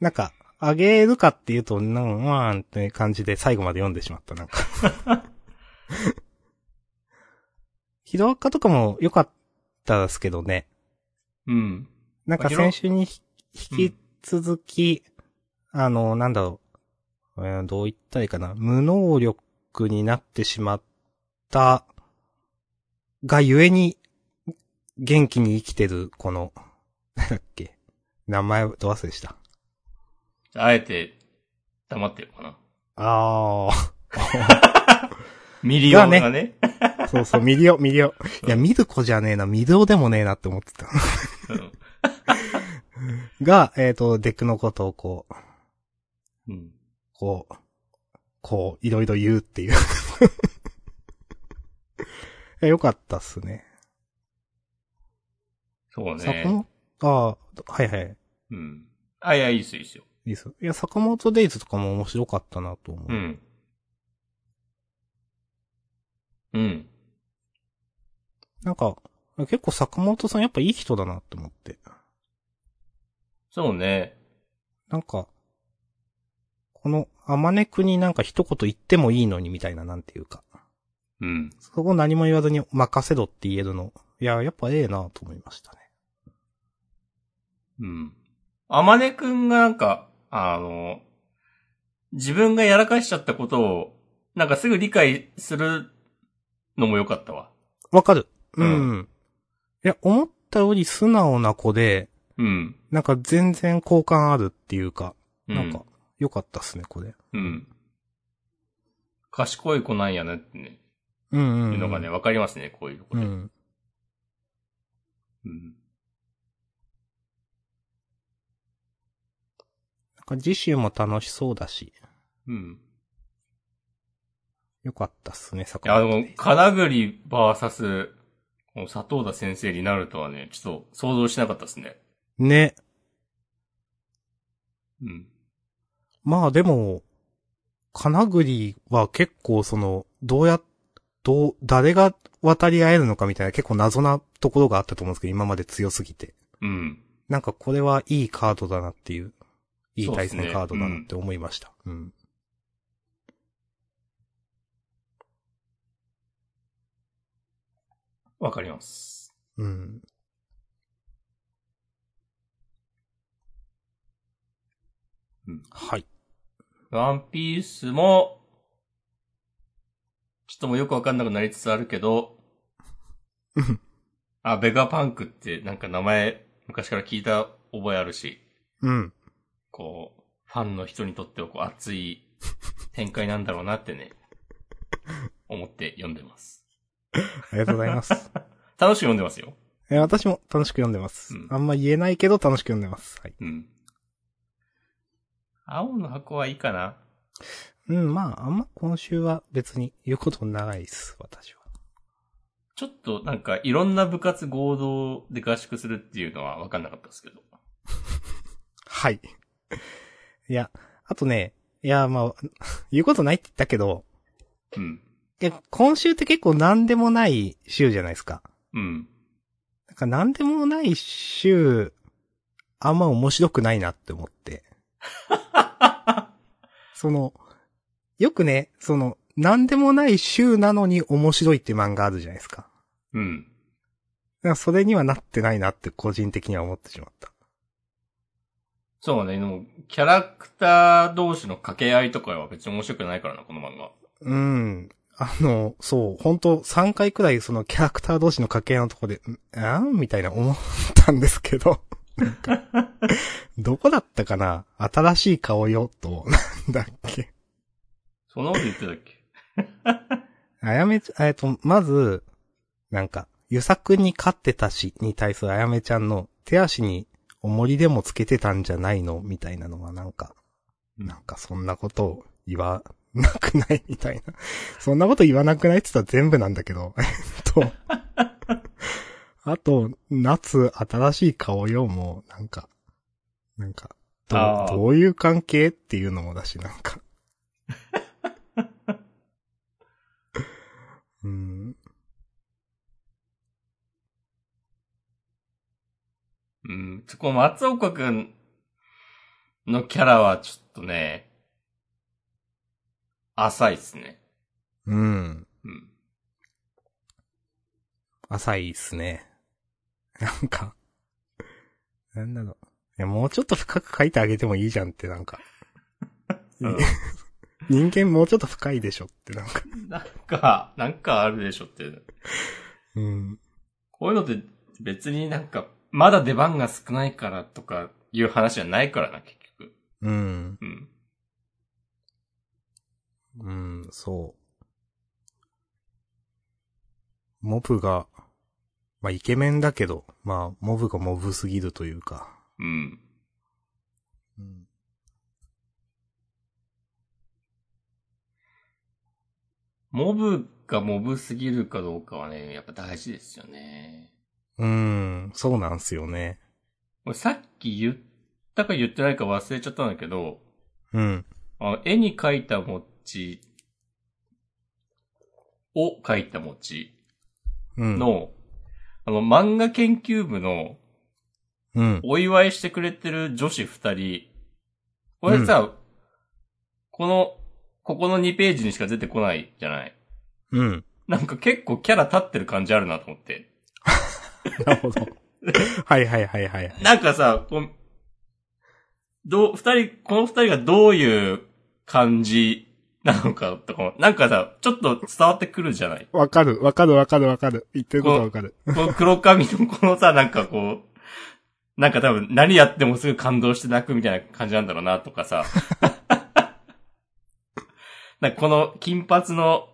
S1: なんか、あげるかっていうと、なん、うん、って感じで最後まで読んでしまった、なんか。 ヒロアカとかも良かったですけどね。
S2: うん。
S1: なんか
S2: ヒロ
S1: 先週にひ引き続き、あの、なんだろう。えーどう言ったらいいかな。無能力になってしまった、がゆえに、元気に生きてる、この、なんだっけ。名前をど忘れした。
S2: じゃああえて、黙ってるかな。
S1: あ
S2: ミリオン
S1: がね
S2: がね。
S1: あ。そうそう、ミリオ、ミリオ。いや、ミルコじゃねえな、ミルオでもねえなって思ってた。
S2: うん
S1: が、えっ、と、デックのことをこう、
S2: うん。
S1: こう、こう、いろいろ言うっていう。 えよかったっすね。
S2: そうね。
S1: 坂本、ああ、はいはい。
S2: うん。あ、いや、いいっすよ、いいっすよ。
S1: いいっす。いや、坂本デイズとかも面白かったなと思う。
S2: うん。うん。
S1: なんか、結構坂本さんやっぱいい人だなって思って。
S2: そうね。
S1: なんか、この、あまねくになんか一言言ってもいいのにみたいな、なんていうか。
S2: うん。
S1: そこ何も言わずに任せろって言えるの。いや、やっぱええなと思いましたね。
S2: うん。あまねくんがなんか、あの、自分がやらかしちゃったことを、なんかすぐ理解するのも良かったわ。
S1: わかる。う
S2: うん
S1: ん。いや、思ったより素直な子で、
S2: うん。
S1: なんか全然好感あるっていうか、
S2: う
S1: なんか、良かったっすね、これ。
S2: うん。賢い子なんやねってね、
S1: うんうん、うん。
S2: いうのがね、わかりますね、こういうとこ
S1: う
S2: ろで。
S1: ん。
S2: うん。
S1: なんか次週も楽しそうだし、
S2: うん。
S1: 良かったっすね、
S2: い
S1: 坂
S2: や、で
S1: 本
S2: も、金栗バーサス、この佐藤田先生になるとはね、ちょっと想像しなかったですね。
S1: ね。
S2: うん。
S1: まあでも、金栗は結構その、どうや、どう、誰が渡り合えるのかみたいな結構謎なところがあったと思うんですけど、今まで強すぎて。
S2: うん。
S1: なんかこれはいいカードだなっていう、いい
S2: そうで
S1: 対
S2: すね
S1: 戦カードだなって思いました。うん。
S2: わかります。
S1: うん。
S2: うん
S1: はい。
S2: ワンピースも、ちょっともうよくわかんなくなりつつあるけど
S1: うん、
S2: あ、ベガパンクってなんか名前昔から聞いた覚えあるし、
S1: うん。
S2: こう、ファンの人にとってはこう熱い展開なんだろうなってね、思って読んでます。
S1: ありがとうございます。
S2: 楽しく読んでますよ。
S1: え私も楽しく読んでます、
S2: うん
S1: あんま言えないけど楽しく読んでます。はい。
S2: うん。青の箱はいいかな
S1: うん、まあ、あんま今週は別に言うこと長いです、私は。
S2: ちょっとなんかいろんな部活合同で合宿するっていうのはわかんなかったですけど。
S1: はい。 いや、あとね、いや、まあ、 言うことないって言ったけど、
S2: うん。
S1: いや今週って結構何でもない週じゃないですか。
S2: うん。
S1: なんか何でもない週、あんま面白くないなって思って。その、よくね、その、何でもない週なのに面白いって漫画あるじゃないですか。
S2: うん。
S1: だからそれにはなってないなって個人的には思ってしまった。
S2: そうね、でも、キャラクター同士の掛け合いとかは別に面白くないからな、この漫画。
S1: うん。あの、そう、本当3回くらいそのキャラクター同士の掛け合いのとこで、んあんみたいな思ったんですけど。なんか、どこだったかな新しい顔よ、と、なんだっけ。
S2: そんなこと言ってたっけ
S1: あやめちゃ、えっと、まず、なんか、ゆさくんに勝ってたし、に対するあやめちゃんの手足に重りでもつけてたんじゃないのみたいなのはなんか、
S2: うん
S1: なんかそんなことを言わなくないみたいな。そんなこと言わなくないって言ったら全部なんだけど、 えっと、あと、夏新しい顔よも、なんか、なんか、ど
S2: あ
S1: う
S2: ー
S1: どういう関係っていうのもだし、なんか。 うん。
S2: うん。ちょ、この松岡くんのキャラはちょっとね、浅いっすね。
S1: うん。
S2: うん。
S1: 浅いっすね。なんか、なんだろう。いや、もうちょっと深く書いてあげてもいいじゃんって、なん か。
S2: うん
S1: 人間もうちょっと深いでしょって、なんか。
S2: なんか、なんかあるでしょって。
S1: うん。
S2: こういうのって別になんか、まだ出番が少ないからとかいう話じゃないからな、結局。
S1: うん。
S2: うん。
S1: うん、そう。モブが、まあ、イケメンだけど、まあ、モブがモブすぎるというか。
S2: うん。
S1: うん。
S2: モブがモブすぎるかどうかはね、やっぱ大事ですよね。
S1: うん、そうなんすよね。
S2: 俺さっき言ったか言ってないか忘れちゃったんだけど、
S1: うん。
S2: あの絵に描いた餅を描いた餅
S1: うん。
S2: の、あの漫画研究部の
S1: うん。
S2: お祝いしてくれてる女子二人。これさ、この、ここの2ページにしか出てこないじゃない
S1: うん。
S2: なんか結構キャラ立ってる感じあるなと思って。
S1: なるほど。はいはいはいはい。
S2: なんかさ、こう、どう、二人、この二人がどういう感じなのかとかも、なんかさ、ちょっと伝わってくるじゃない
S1: わかる、わかる、わかる、わかる。言ってることはわかる。
S2: この黒髪のこのさ、なんかこう、なんか多分何やってもすぐ感動して泣くみたいな感じなんだろうなとかさ。 なんかこの金髪の、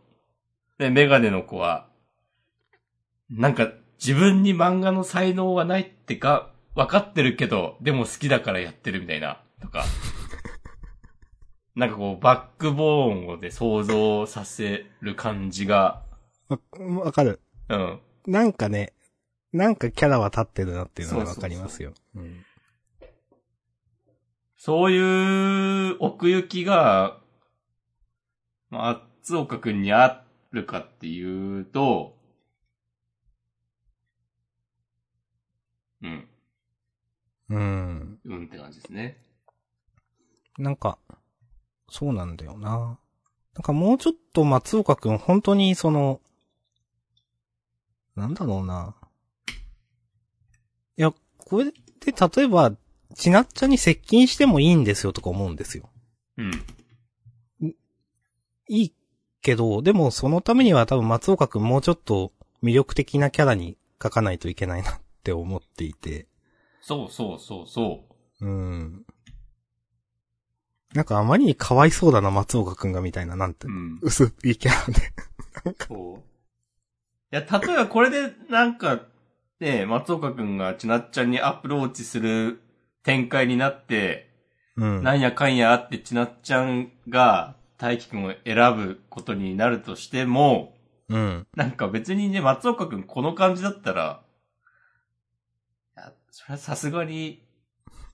S2: ね、メガネの子は、なんか自分に漫画の才能はないってか、わかってるけど、でも好きだからやってるみたいな、とか。なんかこう、バックボーンをで想像させる感じが、
S1: わわかる。
S2: うん。
S1: なんかね、なんかキャラは立ってるなっていうのがわかりますよ。うん
S2: そういう奥行きが、松岡くんにあるかっていうと、うん、
S1: うん。
S2: うんって感じですね。
S1: なんか、そうなんだよな。なんかもうちょっと松岡くん本当にその、なんだろうな。いや、これで例えば、ちなっちゃんに接近してもいいんですよとか思うんですよ。
S2: うん。
S1: いいけど、でもそのためには多分松岡くんもうちょっと魅力的なキャラに書かないといけないなって思っていて。
S2: そうそうそうそう。
S1: うん。なんかあまりにかわいそうだな、松岡くんがみたいな、なんて
S2: う。ん。
S1: 薄いキャラで。
S2: そう。いや、例えばこれでなんか、ね、松岡くんがちなっちゃんにアプローチする展開になって、
S1: うん。
S2: なんやかんやあってちなっちゃんが大輝くんを選ぶことになるとしても、
S1: うん。
S2: なんか別にね、松岡くんこの感じだったら、いや、それはさすがに、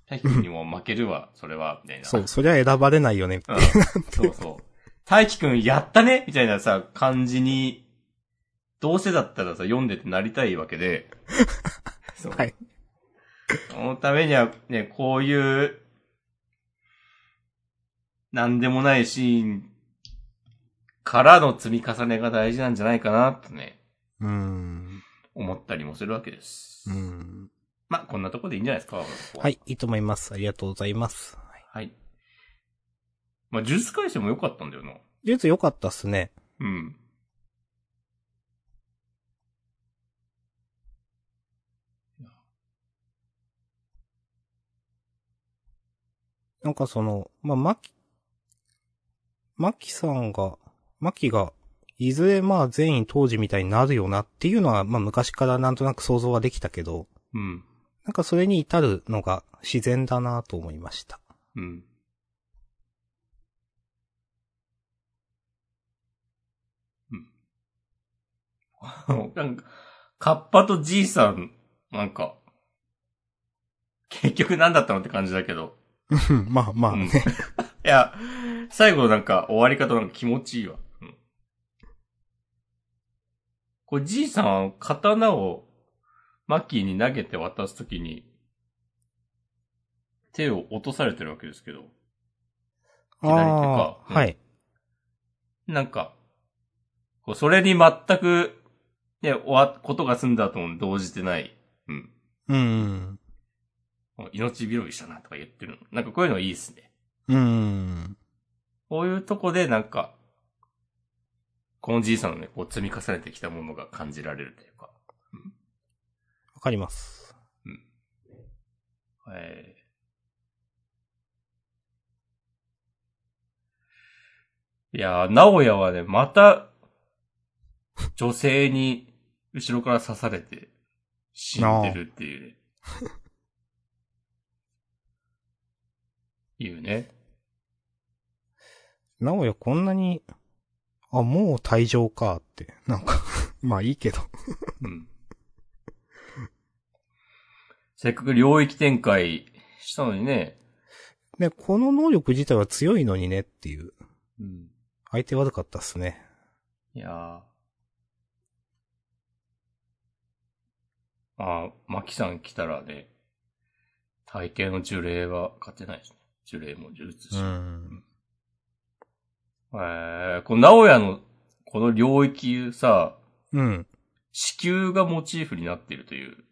S2: 大輝くんにも負けるわ、それは、みたいな。
S1: そう、そりゃ選ばれないよね。
S2: うん。そうそう。大輝くんやったねみたいなさ、感じに、どうせだったらさ、読んでてなりたいわけで。そう
S1: はい。
S2: そのためには、ね、こういう、なんでもないシーンからの積み重ねが大事なんじゃないかな、とね、
S1: うん。
S2: 思ったりもするわけです。
S1: うん。
S2: まあ、こんなとこでいいんじゃないですか。。
S1: はいい、いいと思います。ありがとうございます。はい
S2: はい。まあ、呪術改正も良かったんだよな。
S1: ジュース良かったっすね。
S2: うん。
S1: なんかその、まあ、マキ、マキさんが、マキが、いずれまあ全員当時みたいになるよなっていうのは、まあ昔からなんとなく想像はできたけど、
S2: うん。
S1: なんかそれに至るのが自然だなと思いました。
S2: うん。うん。 なんか、カッパとじいさん、なんか、結局何だったのって感じだけど。
S1: まあまあ
S2: うん、 い
S1: ね。
S2: や、最後のなんか終わり方なんか気持ちいいわ。うん、これじいさんは刀をマッキーに投げて渡すときに、手を落とされてるわけですけど。左手か
S1: あーはい。
S2: なんか、こうそれに全く、ね、終わ、ことが済んだとも動じてない。うん。
S1: うん。
S2: 命拾いしたなとか言ってるの。なんかこういうのいいっすね。
S1: うん。
S2: こういうとこでなんか、このじいさんのね、こう積み重ねてきたものが感じられるというか。
S1: わかります。
S2: えーいやー、直哉はね、また、女性に後ろから刺されて死んでるっていうね。いうね。
S1: なおやこんなに、あ、もう退場かって。なんか、 まあいいけど。
S2: うん。せっかく領域展開したのにね。
S1: ね、この能力自体は強いのにねっていう。
S2: うん。
S1: 相手悪かったっすね。
S2: いやー。あー、マキさん来たらね、大抵の呪霊は勝てないですね。呪霊も呪術師。
S1: ん。
S2: えー、この直哉のこの領域さ、
S1: うん。
S2: 子宮がモチーフになっているという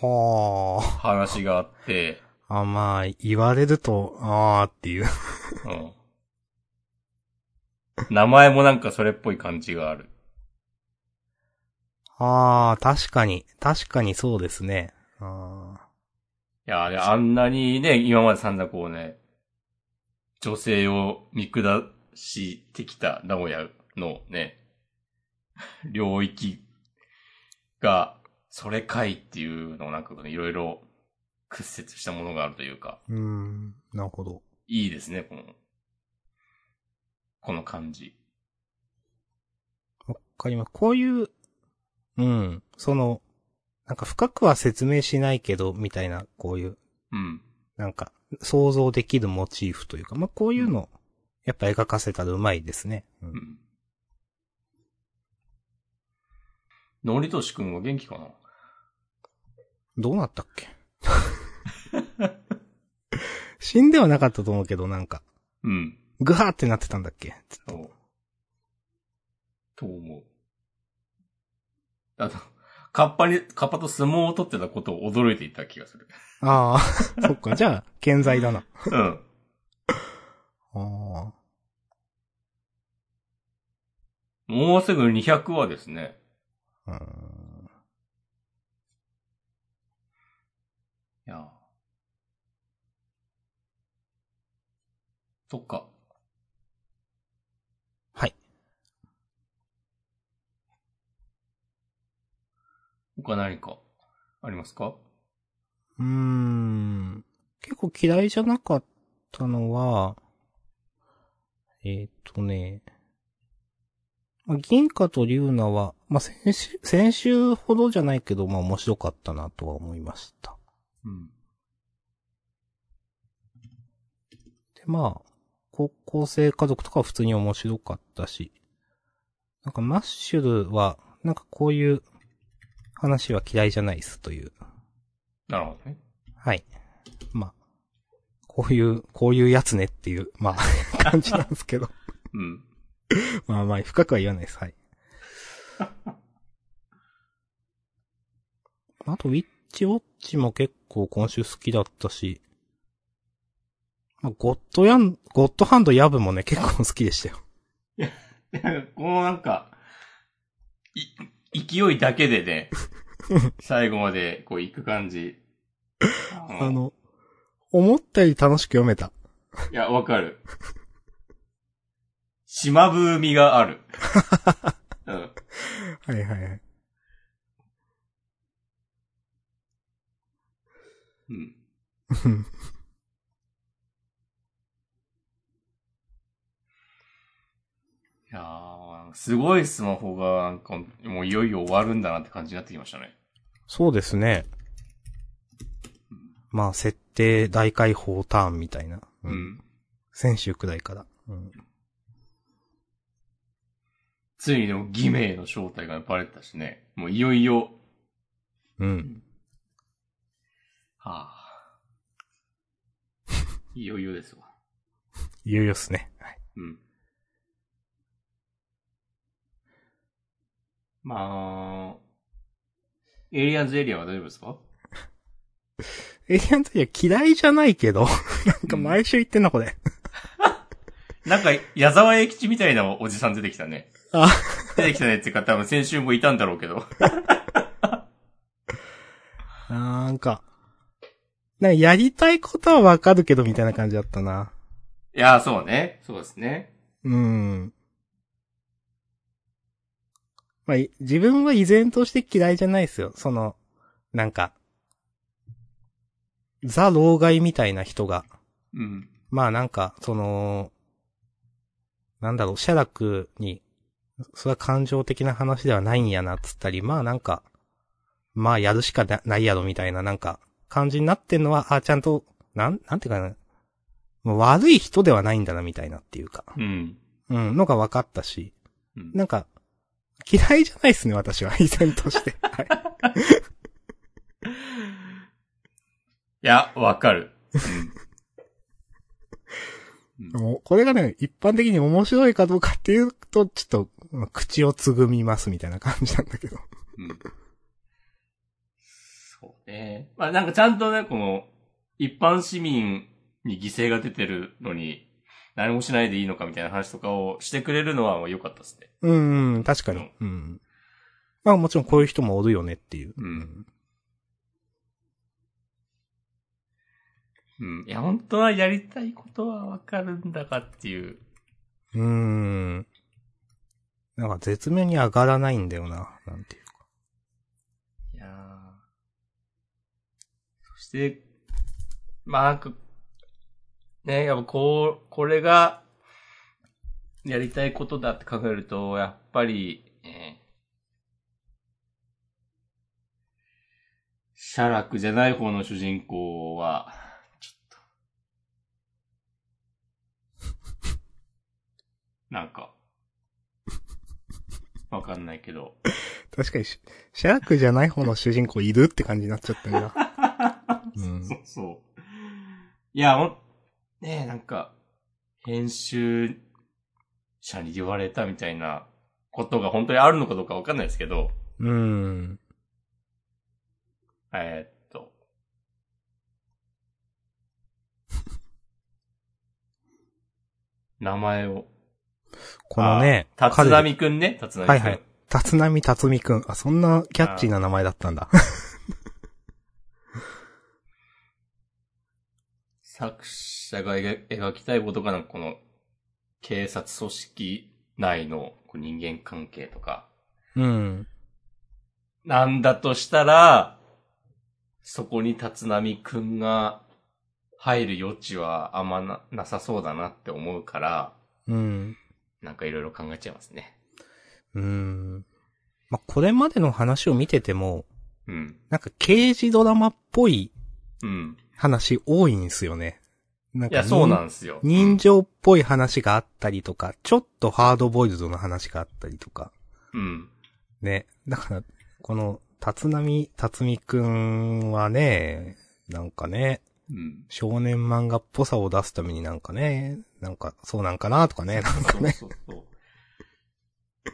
S1: は
S2: 話があって、
S1: あ。あ、まあ、言われると、あーっていう。
S2: うん。名前もなんかそれっぽい感じがある。
S1: あー、確かに。確かにそうですね。あ
S2: いや、あれ、あんなにね、今まで散々こうね、女性を見下してきた名古屋のね、領域が、それかいっていうのをなんかね、いろいろ屈折したものがあるというか、
S1: ー。うーん、なるほど。
S2: いいですね、この、この感じ。
S1: わかります。こういう、うん、その、なんか深くは説明しないけど、みたいな、こういう、
S2: うん。
S1: なんか、想像できるモチーフというか、まあ、こういうの、やっぱ描かせたらうまいですね。う、
S2: うんん。のりとしくんは元気かな
S1: どうなったっ け死んではなかったと思うけど、なんか、
S2: うん。
S1: ぐはーってなってたんだっけつって
S2: そう。と思う。あと、カッパに、カッパと相撲を取ってたことを驚いていた気がする。
S1: ああ、 そっか、じゃあ、健在だな。
S2: うん。
S1: ああ。
S2: もうすぐ200話ですね。
S1: うーん
S2: いやそっか。
S1: はい。
S2: 他何かありますか
S1: うーん。結構嫌いじゃなかったのは、えーっ、とね、まあ銀貨と竜奈は、まあ、先週、先週ほどじゃないけど、まあ面白かったなとは思いました。
S2: うん。
S1: で、まあ、高校生家族とかは普通に面白かったし、なんかマッシュルは、なんかこういう話は嫌いじゃないですという。
S2: なるほどね。
S1: はい。まあ、こういう、こういうやつねっていう、まあ、 感じなんですけど。
S2: うん。
S1: まあまあ、深くは言わないです。はい。あと、ウィッチウォッチも結構今週好きだったし、まあ、ゴッドヤン、ゴッドハンドヤブもね、結構好きでしたよ。
S2: いや このなんか、い、勢いだけで ね、最後までこう行く感じ。
S1: あ、の、思ったより楽しく読めた。
S2: いや、わかる。島風味が ある。うん。
S1: はいはいはい。
S2: うん。
S1: うん
S2: いやー、すごいスマホが、なんか、もういよいよ終わるんだなって感じになってきましたね。
S1: そうですね。まあ、設定大解放ターンみたいな。
S2: う。ん。
S1: 先週くらいから。うん。
S2: ついにでも偽名の正体がバレてたしね。もういよいよ、
S1: うん。
S2: はあ。 いよいよですわ。
S1: いよいよっすね。はい。
S2: うん。まあ、エイリアンズエリアは大丈夫ですか
S1: エイリアンズエリア嫌いじゃないけ ど、なんか毎週言ってんな、これ。
S2: なんか、矢沢永吉みたいなおじさん出てきたね。
S1: あ
S2: 出てきたねっていうか、多分先週もいたんだろうけど。
S1: なんか、なんかやりたいことはわかるけど、みたいな感じだったな。
S2: いやー、そうね。そうですね。
S1: うん。まあ、い自分は依然として嫌いじゃないですよ。その、なんか、ザ・老害みたいな人が、
S2: うん。
S1: まあなんか、その、なんだろう、写楽に、それは感情的な話ではないんやな、つったり、まあなんか、まあやるしかなないやろ、みたいな、なんか、感じになってんのは、あ、ちゃんと、なん、なんていうかな、もう悪い人ではないんだな、みたいなっていうか、
S2: うん。
S1: うん、のが分かったし、
S2: うん
S1: なんか、嫌いじゃないですね、私は、依 然として。はい。
S2: いや、わかる。
S1: もうこれがね、一般的に面白いかどうかっていうと、ちょっと、まあ口をつぐみます、みたいな感じなんだけど。
S2: うん。うん。そうね。まあ、なんかちゃんとね、この、一般市民に犠牲が出てるのに、何もしないでいいのかみたいな話とかをしてくれるのはもう良かったですね。
S1: うん、うん確かに。うん。まあもちろんこういう人もおるよねっていう。
S2: うんうん。いや、本当はやりたいことはわかるんだかっていう。
S1: うん。うんなんか絶妙に上がらないんだよな、なんていうか。
S2: いやーそして、まあなんか、ね、やっぱこう、これが、やりたいことだって考えると、やっぱり、えーシャラクじゃない方の主人公は、ちょっと、なんか、わかんないけど、
S1: 確かにし、シャークじゃない方の主人公いるって感じになっちゃったんだ。 うん
S2: そうそう。いや、ほん、ねえ、なんか、編集者に言われたみたいなことが本当にあるのかどうかわかんないですけど、
S1: うん。
S2: えーっと。 名前を。
S1: このね、
S2: あ立
S1: 彼
S2: 浪くんね、立浪くん。
S1: はいはい。立浪辰巳くん。あ、そんなキャッチーな名前だったんだ。
S2: 作者が描描きたいことがなんかこの、警察組織内のこう人間関係とか、
S1: うん。
S2: なんだとしたら、そこに立浪くんが入る余地はあんまな、なさそうだなって思うから、
S1: うん。
S2: なんかいろいろ考えちゃいますね。
S1: うん。まあ、これまでの話を見てても、
S2: うん。
S1: なんか刑事ドラマっぽい
S2: うん。
S1: 話多いんすよね。なん
S2: い
S1: か
S2: や、そうなんですよ。
S1: 人情っぽい話があったりとか、ちょっとハードボイルドの話があったりとか。
S2: うん。
S1: ね。だから、この、立浪辰巳くんはね、なんかね、
S2: うん。
S1: 少年漫画っぽさを出すためになんかね、なんか、そうなんかなとかね、なんかね。
S2: そうそうそ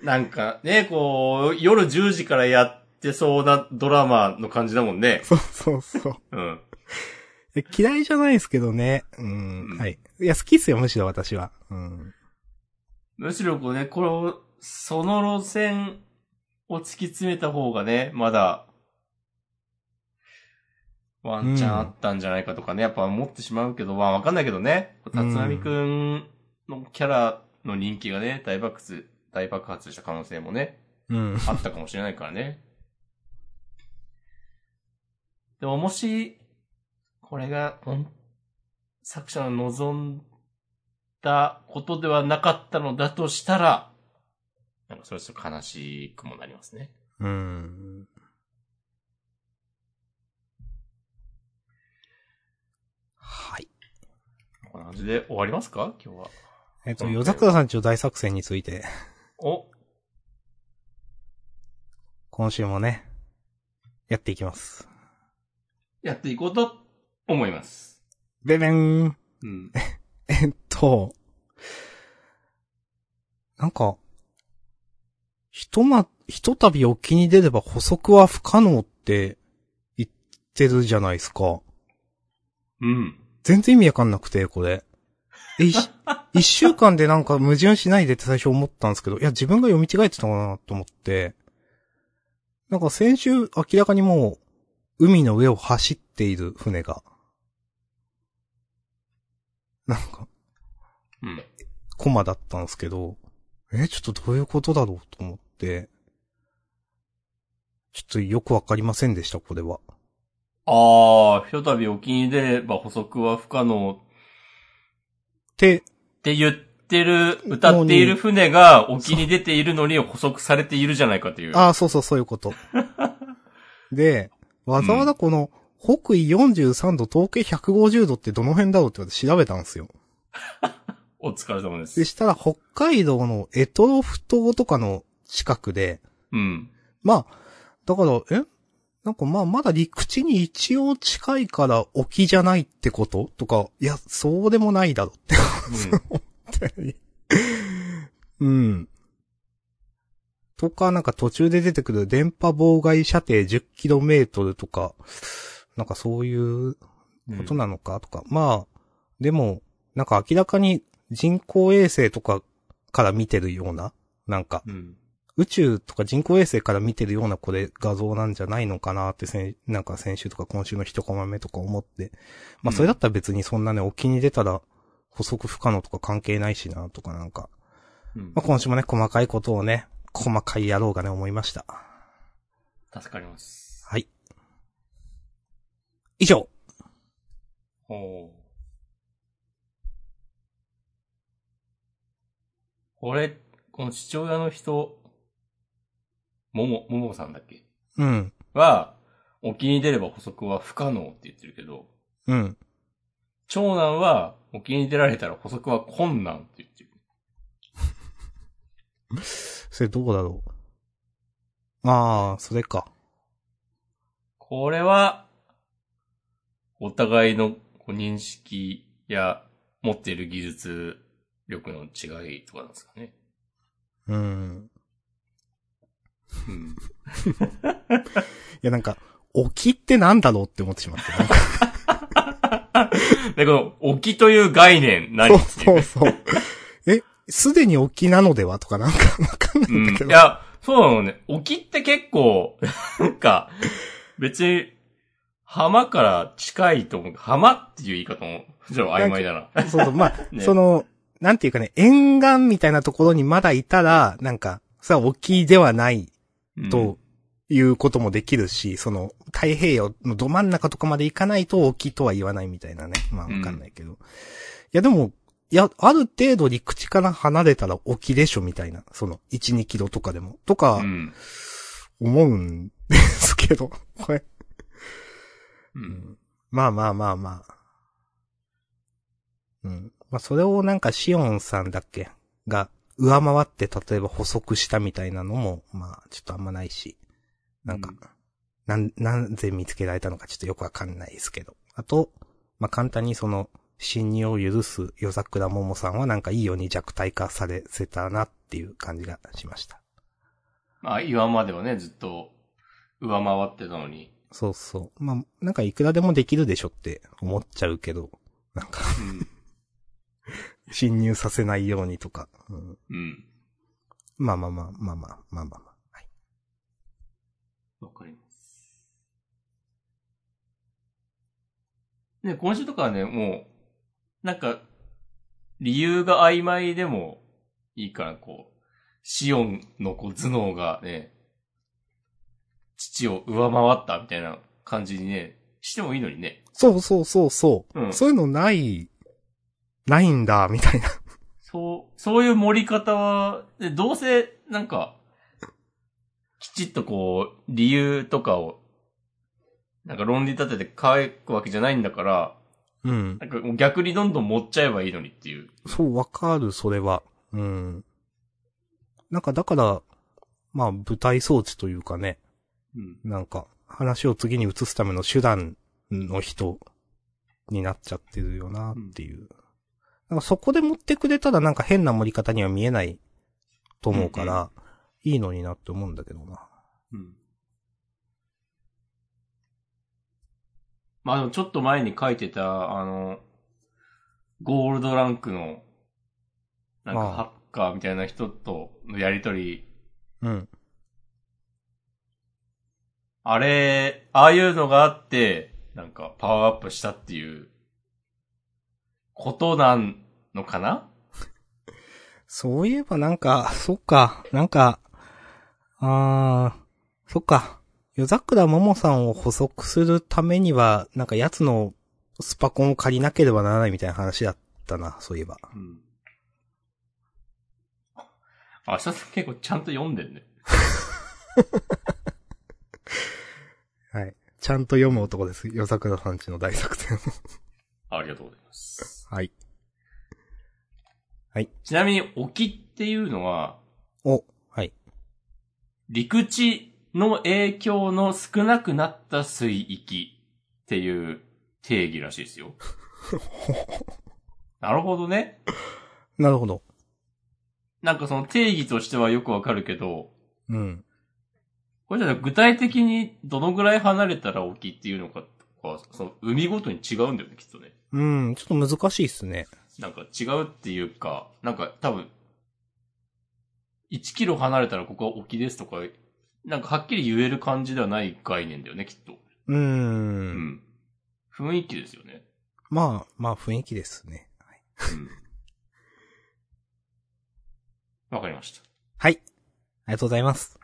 S2: う。なんかね、こう、夜10時からやってそうなドラマの感じだもんね。
S1: そうそうそう。
S2: うん。
S1: え嫌いじゃないですけどね。うん。
S2: うん
S1: はい。いや、好きっすよ、むしろ私は。うん。
S2: むしろこうね、これを、その路線を突き詰めた方がね、まだ、ワンチャンあったんじゃないかとかね、やっぱ思ってしまうけど、まあわかんないけどね、立
S1: うん
S2: 浪くんのキャラの人気がね、大爆発、大爆発した可能性もね、
S1: うん。
S2: あったかもしれないからね。でももし、これが、ほん作者の望んだことではなかったのだとしたら、なんかそれはちょっと悲しくもなりますね。
S1: うん。はい。
S2: こんな感じで終わりますか今日は。
S1: えっと、
S2: そう
S1: 夜桜さんちの大作戦について、
S2: お、
S1: 今週もね、やっていきます。
S2: やっていこうと思います。
S1: べべーん。
S2: うん。
S1: えっと、なんか、ひとま、ひとたび沖に出れば補足は不可能って言ってるじゃないですか。
S2: うん。
S1: 全然意味わかんなくて、これ。え、いし一週間でなんか矛盾しないでって最初思ったんですけど、いや、自分が読み違えてたのかなと思って、なんか先週明らかにもう、海の上を走っている船が、なんか、
S2: うん。
S1: コマだったんですけど、え、ちょっとどういうことだろうと思って、ちょっとよくわかりませんでした、これは。
S2: ああ、ひとたび沖に出れば補足は不可能
S1: で、
S2: って言ってる、歌っている船が沖に出ているのに捕捉されているじゃないかという。
S1: ああ、そうそう、そういうこと。で、わざわざこの、北緯43度、東経150度ってどの辺だろうって私調べたんですよ。
S2: お疲れ様で。
S1: ですしたら、北海道のエトロフ島とかの近くで、
S2: うん。
S1: まあ、だから、えなんかまあ、まだ陸地に一応近いから沖じゃないってこととか、いや、そうでもないだろって思ったり。うん。とか、なんか途中で出てくる電波妨害射程 10km とか、なんかそういう ことなのかとか、まあ、でも、なんか明らかに人工衛星とかから見てるような、なんか、
S2: うん。
S1: 宇宙とか人工衛星から見てるようなこれ画像なんじゃないのかなって先、なんか先週とか今週の一コマ目とか思って。まあ
S2: うん
S1: それだったら別にそんなね、沖に出たら補足不可能とか関係ないしなとかなんか。
S2: うん
S1: まあ今週もね、細かいことをね、細かい野郎がね、思いました。
S2: 助かります。
S1: はい。以上。
S2: ほう。これ、この父親の人、もも、ももさんだっけ
S1: うん。
S2: は、沖に出れば補足は不可能って言ってるけど、
S1: うん。
S2: 長男は沖に出られたら補足は困難って言ってる。
S1: それどうだろう。ああ、それか。
S2: これは、お互いのこう認識や持っている技術力の違いとかなんですかね。
S1: うん。
S2: うん。
S1: いやなんか、沖ってなんだろうって思ってしまった。なんか
S2: で、この沖という概念何ってい
S1: そうそうそう。え、すでに沖なのではとかなんかわかんないんだ
S2: う
S1: けど。
S2: うん。いや、そうなのね。沖って結構、なんか、別に、浜から近いと思う。浜っていう言い方も、ちょっと曖昧だな。
S1: そうそう。まあ、
S2: ね
S1: その、なんていうかね、沿岸みたいなところにまだいたら、なんか、さ、沖ではないと、いうこともできるし、その、太平洋のど真ん中とかまで行かないと沖とは言わないみたいなね。まあ、わかんないけど。いや、でも、いや、ある程度陸地から離れたら沖でしょみたいな。その、1、2キロとかでも。とか
S2: う、ん。
S1: 思うんですけど、 これ。
S2: うん。
S1: まあまあまあまあ。うん。まあそれをなんかシオンさんだっけが上回って例えば補足したみたいなのも、まあちょっとあんまないし。なんか、
S2: うん
S1: なん、なんで見つけられたのかちょっとよくわかんないですけど。あと、まあ簡単にその、侵入を許す夜桜桃さんはなんかいいように弱体化されせたなっていう感じがしました。
S2: まあ、岩まではね、ずっと上回ってたのに。
S1: そうそう。まあ、なんかいくらでもできるでしょって思っちゃうけど、なんか侵入させないようにとか。うん、
S2: うん。うん。
S1: まあまあまあ、まあまあ、まあまあまあ。はい。
S2: わかります。ね、今週とかはね、もう、なんか、理由が曖昧でもいいから、こう、シオンのこう頭脳がね、父を上回ったみたいな感じにね、してもいいのにね。
S1: そうそうそうそう。
S2: うん
S1: そういうのない、ないんだ、みたいな。
S2: そう、そういう盛り方は、でどうせ、なんか、きちっとこう、理由とかを、なんか論理立てて書くわけじゃないんだから、
S1: うん。
S2: なんかもう逆にどんどん盛っちゃえばいいのにっていう。
S1: そう、わかる、それは。うん。なんかだから、まあ、舞台装置というかね、
S2: うん。
S1: なんか、話を次に移すための手段の人になっちゃってるよな、っていう。なんかそこで持ってくれたらなんか変な盛り方には見えないと思うから、いいのになって思うんだけどな。
S2: うん。まあでもちょっと前に書いてた、あの、ゴールドランクの、なん
S1: あ
S2: か
S1: あ
S2: ハッカーみたいな人とのやりとり、
S1: うん。
S2: あれ、ああいうのがあって、なんかパワーアップしたっていう、ことなんのかな
S1: そういえばなんか、そっか、なんか、あー、そっか。夜桜ももさんを補足するためには、なんか奴のスパコンを借りなければならないみたいな話だったな、そういえば。
S2: うん。あ、さす結構ちゃんと読んでんね。
S1: はい。ちゃんと読む男です。夜桜さんちの大作戦を。
S2: ありがとうございます。
S1: はい。
S2: ちなみに、沖っていうのは、
S1: お、はい。
S2: 陸地の影響の少なくなった水域っていう定義らしいですよ。なるほどね。
S1: なるほど。
S2: なんかその定義としてはよくわかるけど、
S1: うん。
S2: これじゃあ具体的にどのぐらい離れたら沖っていうのか、ぱ、その、海ごとに違うんだよね、きっとね。
S1: うん、ちょっと難しいっすね。
S2: なんか違うっていうか、なんか多分、1キロ離れたらここは沖ですとか、なんかはっきり言える感じではない概念だよね、きっと。
S1: うー。
S2: うんん。雰囲気ですよね。
S1: まあ、まあ雰囲気ですね。
S2: うん。 わかりました。
S1: はい。ありがとうございます。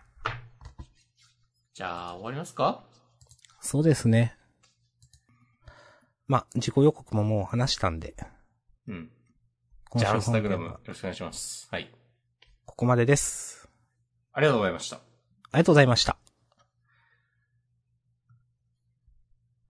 S2: じゃあ、終わりますか
S1: そうですね。まあ、自己予告ももう話したんで。
S2: うん。
S1: 今
S2: じゃあ、
S1: 週
S2: アンスタ
S1: 本
S2: グラ
S1: 編
S2: ムよ
S1: は
S2: ろしくお願いします。はい。
S1: ここまでです。
S2: ありがとうございました。
S1: ありがとうございました。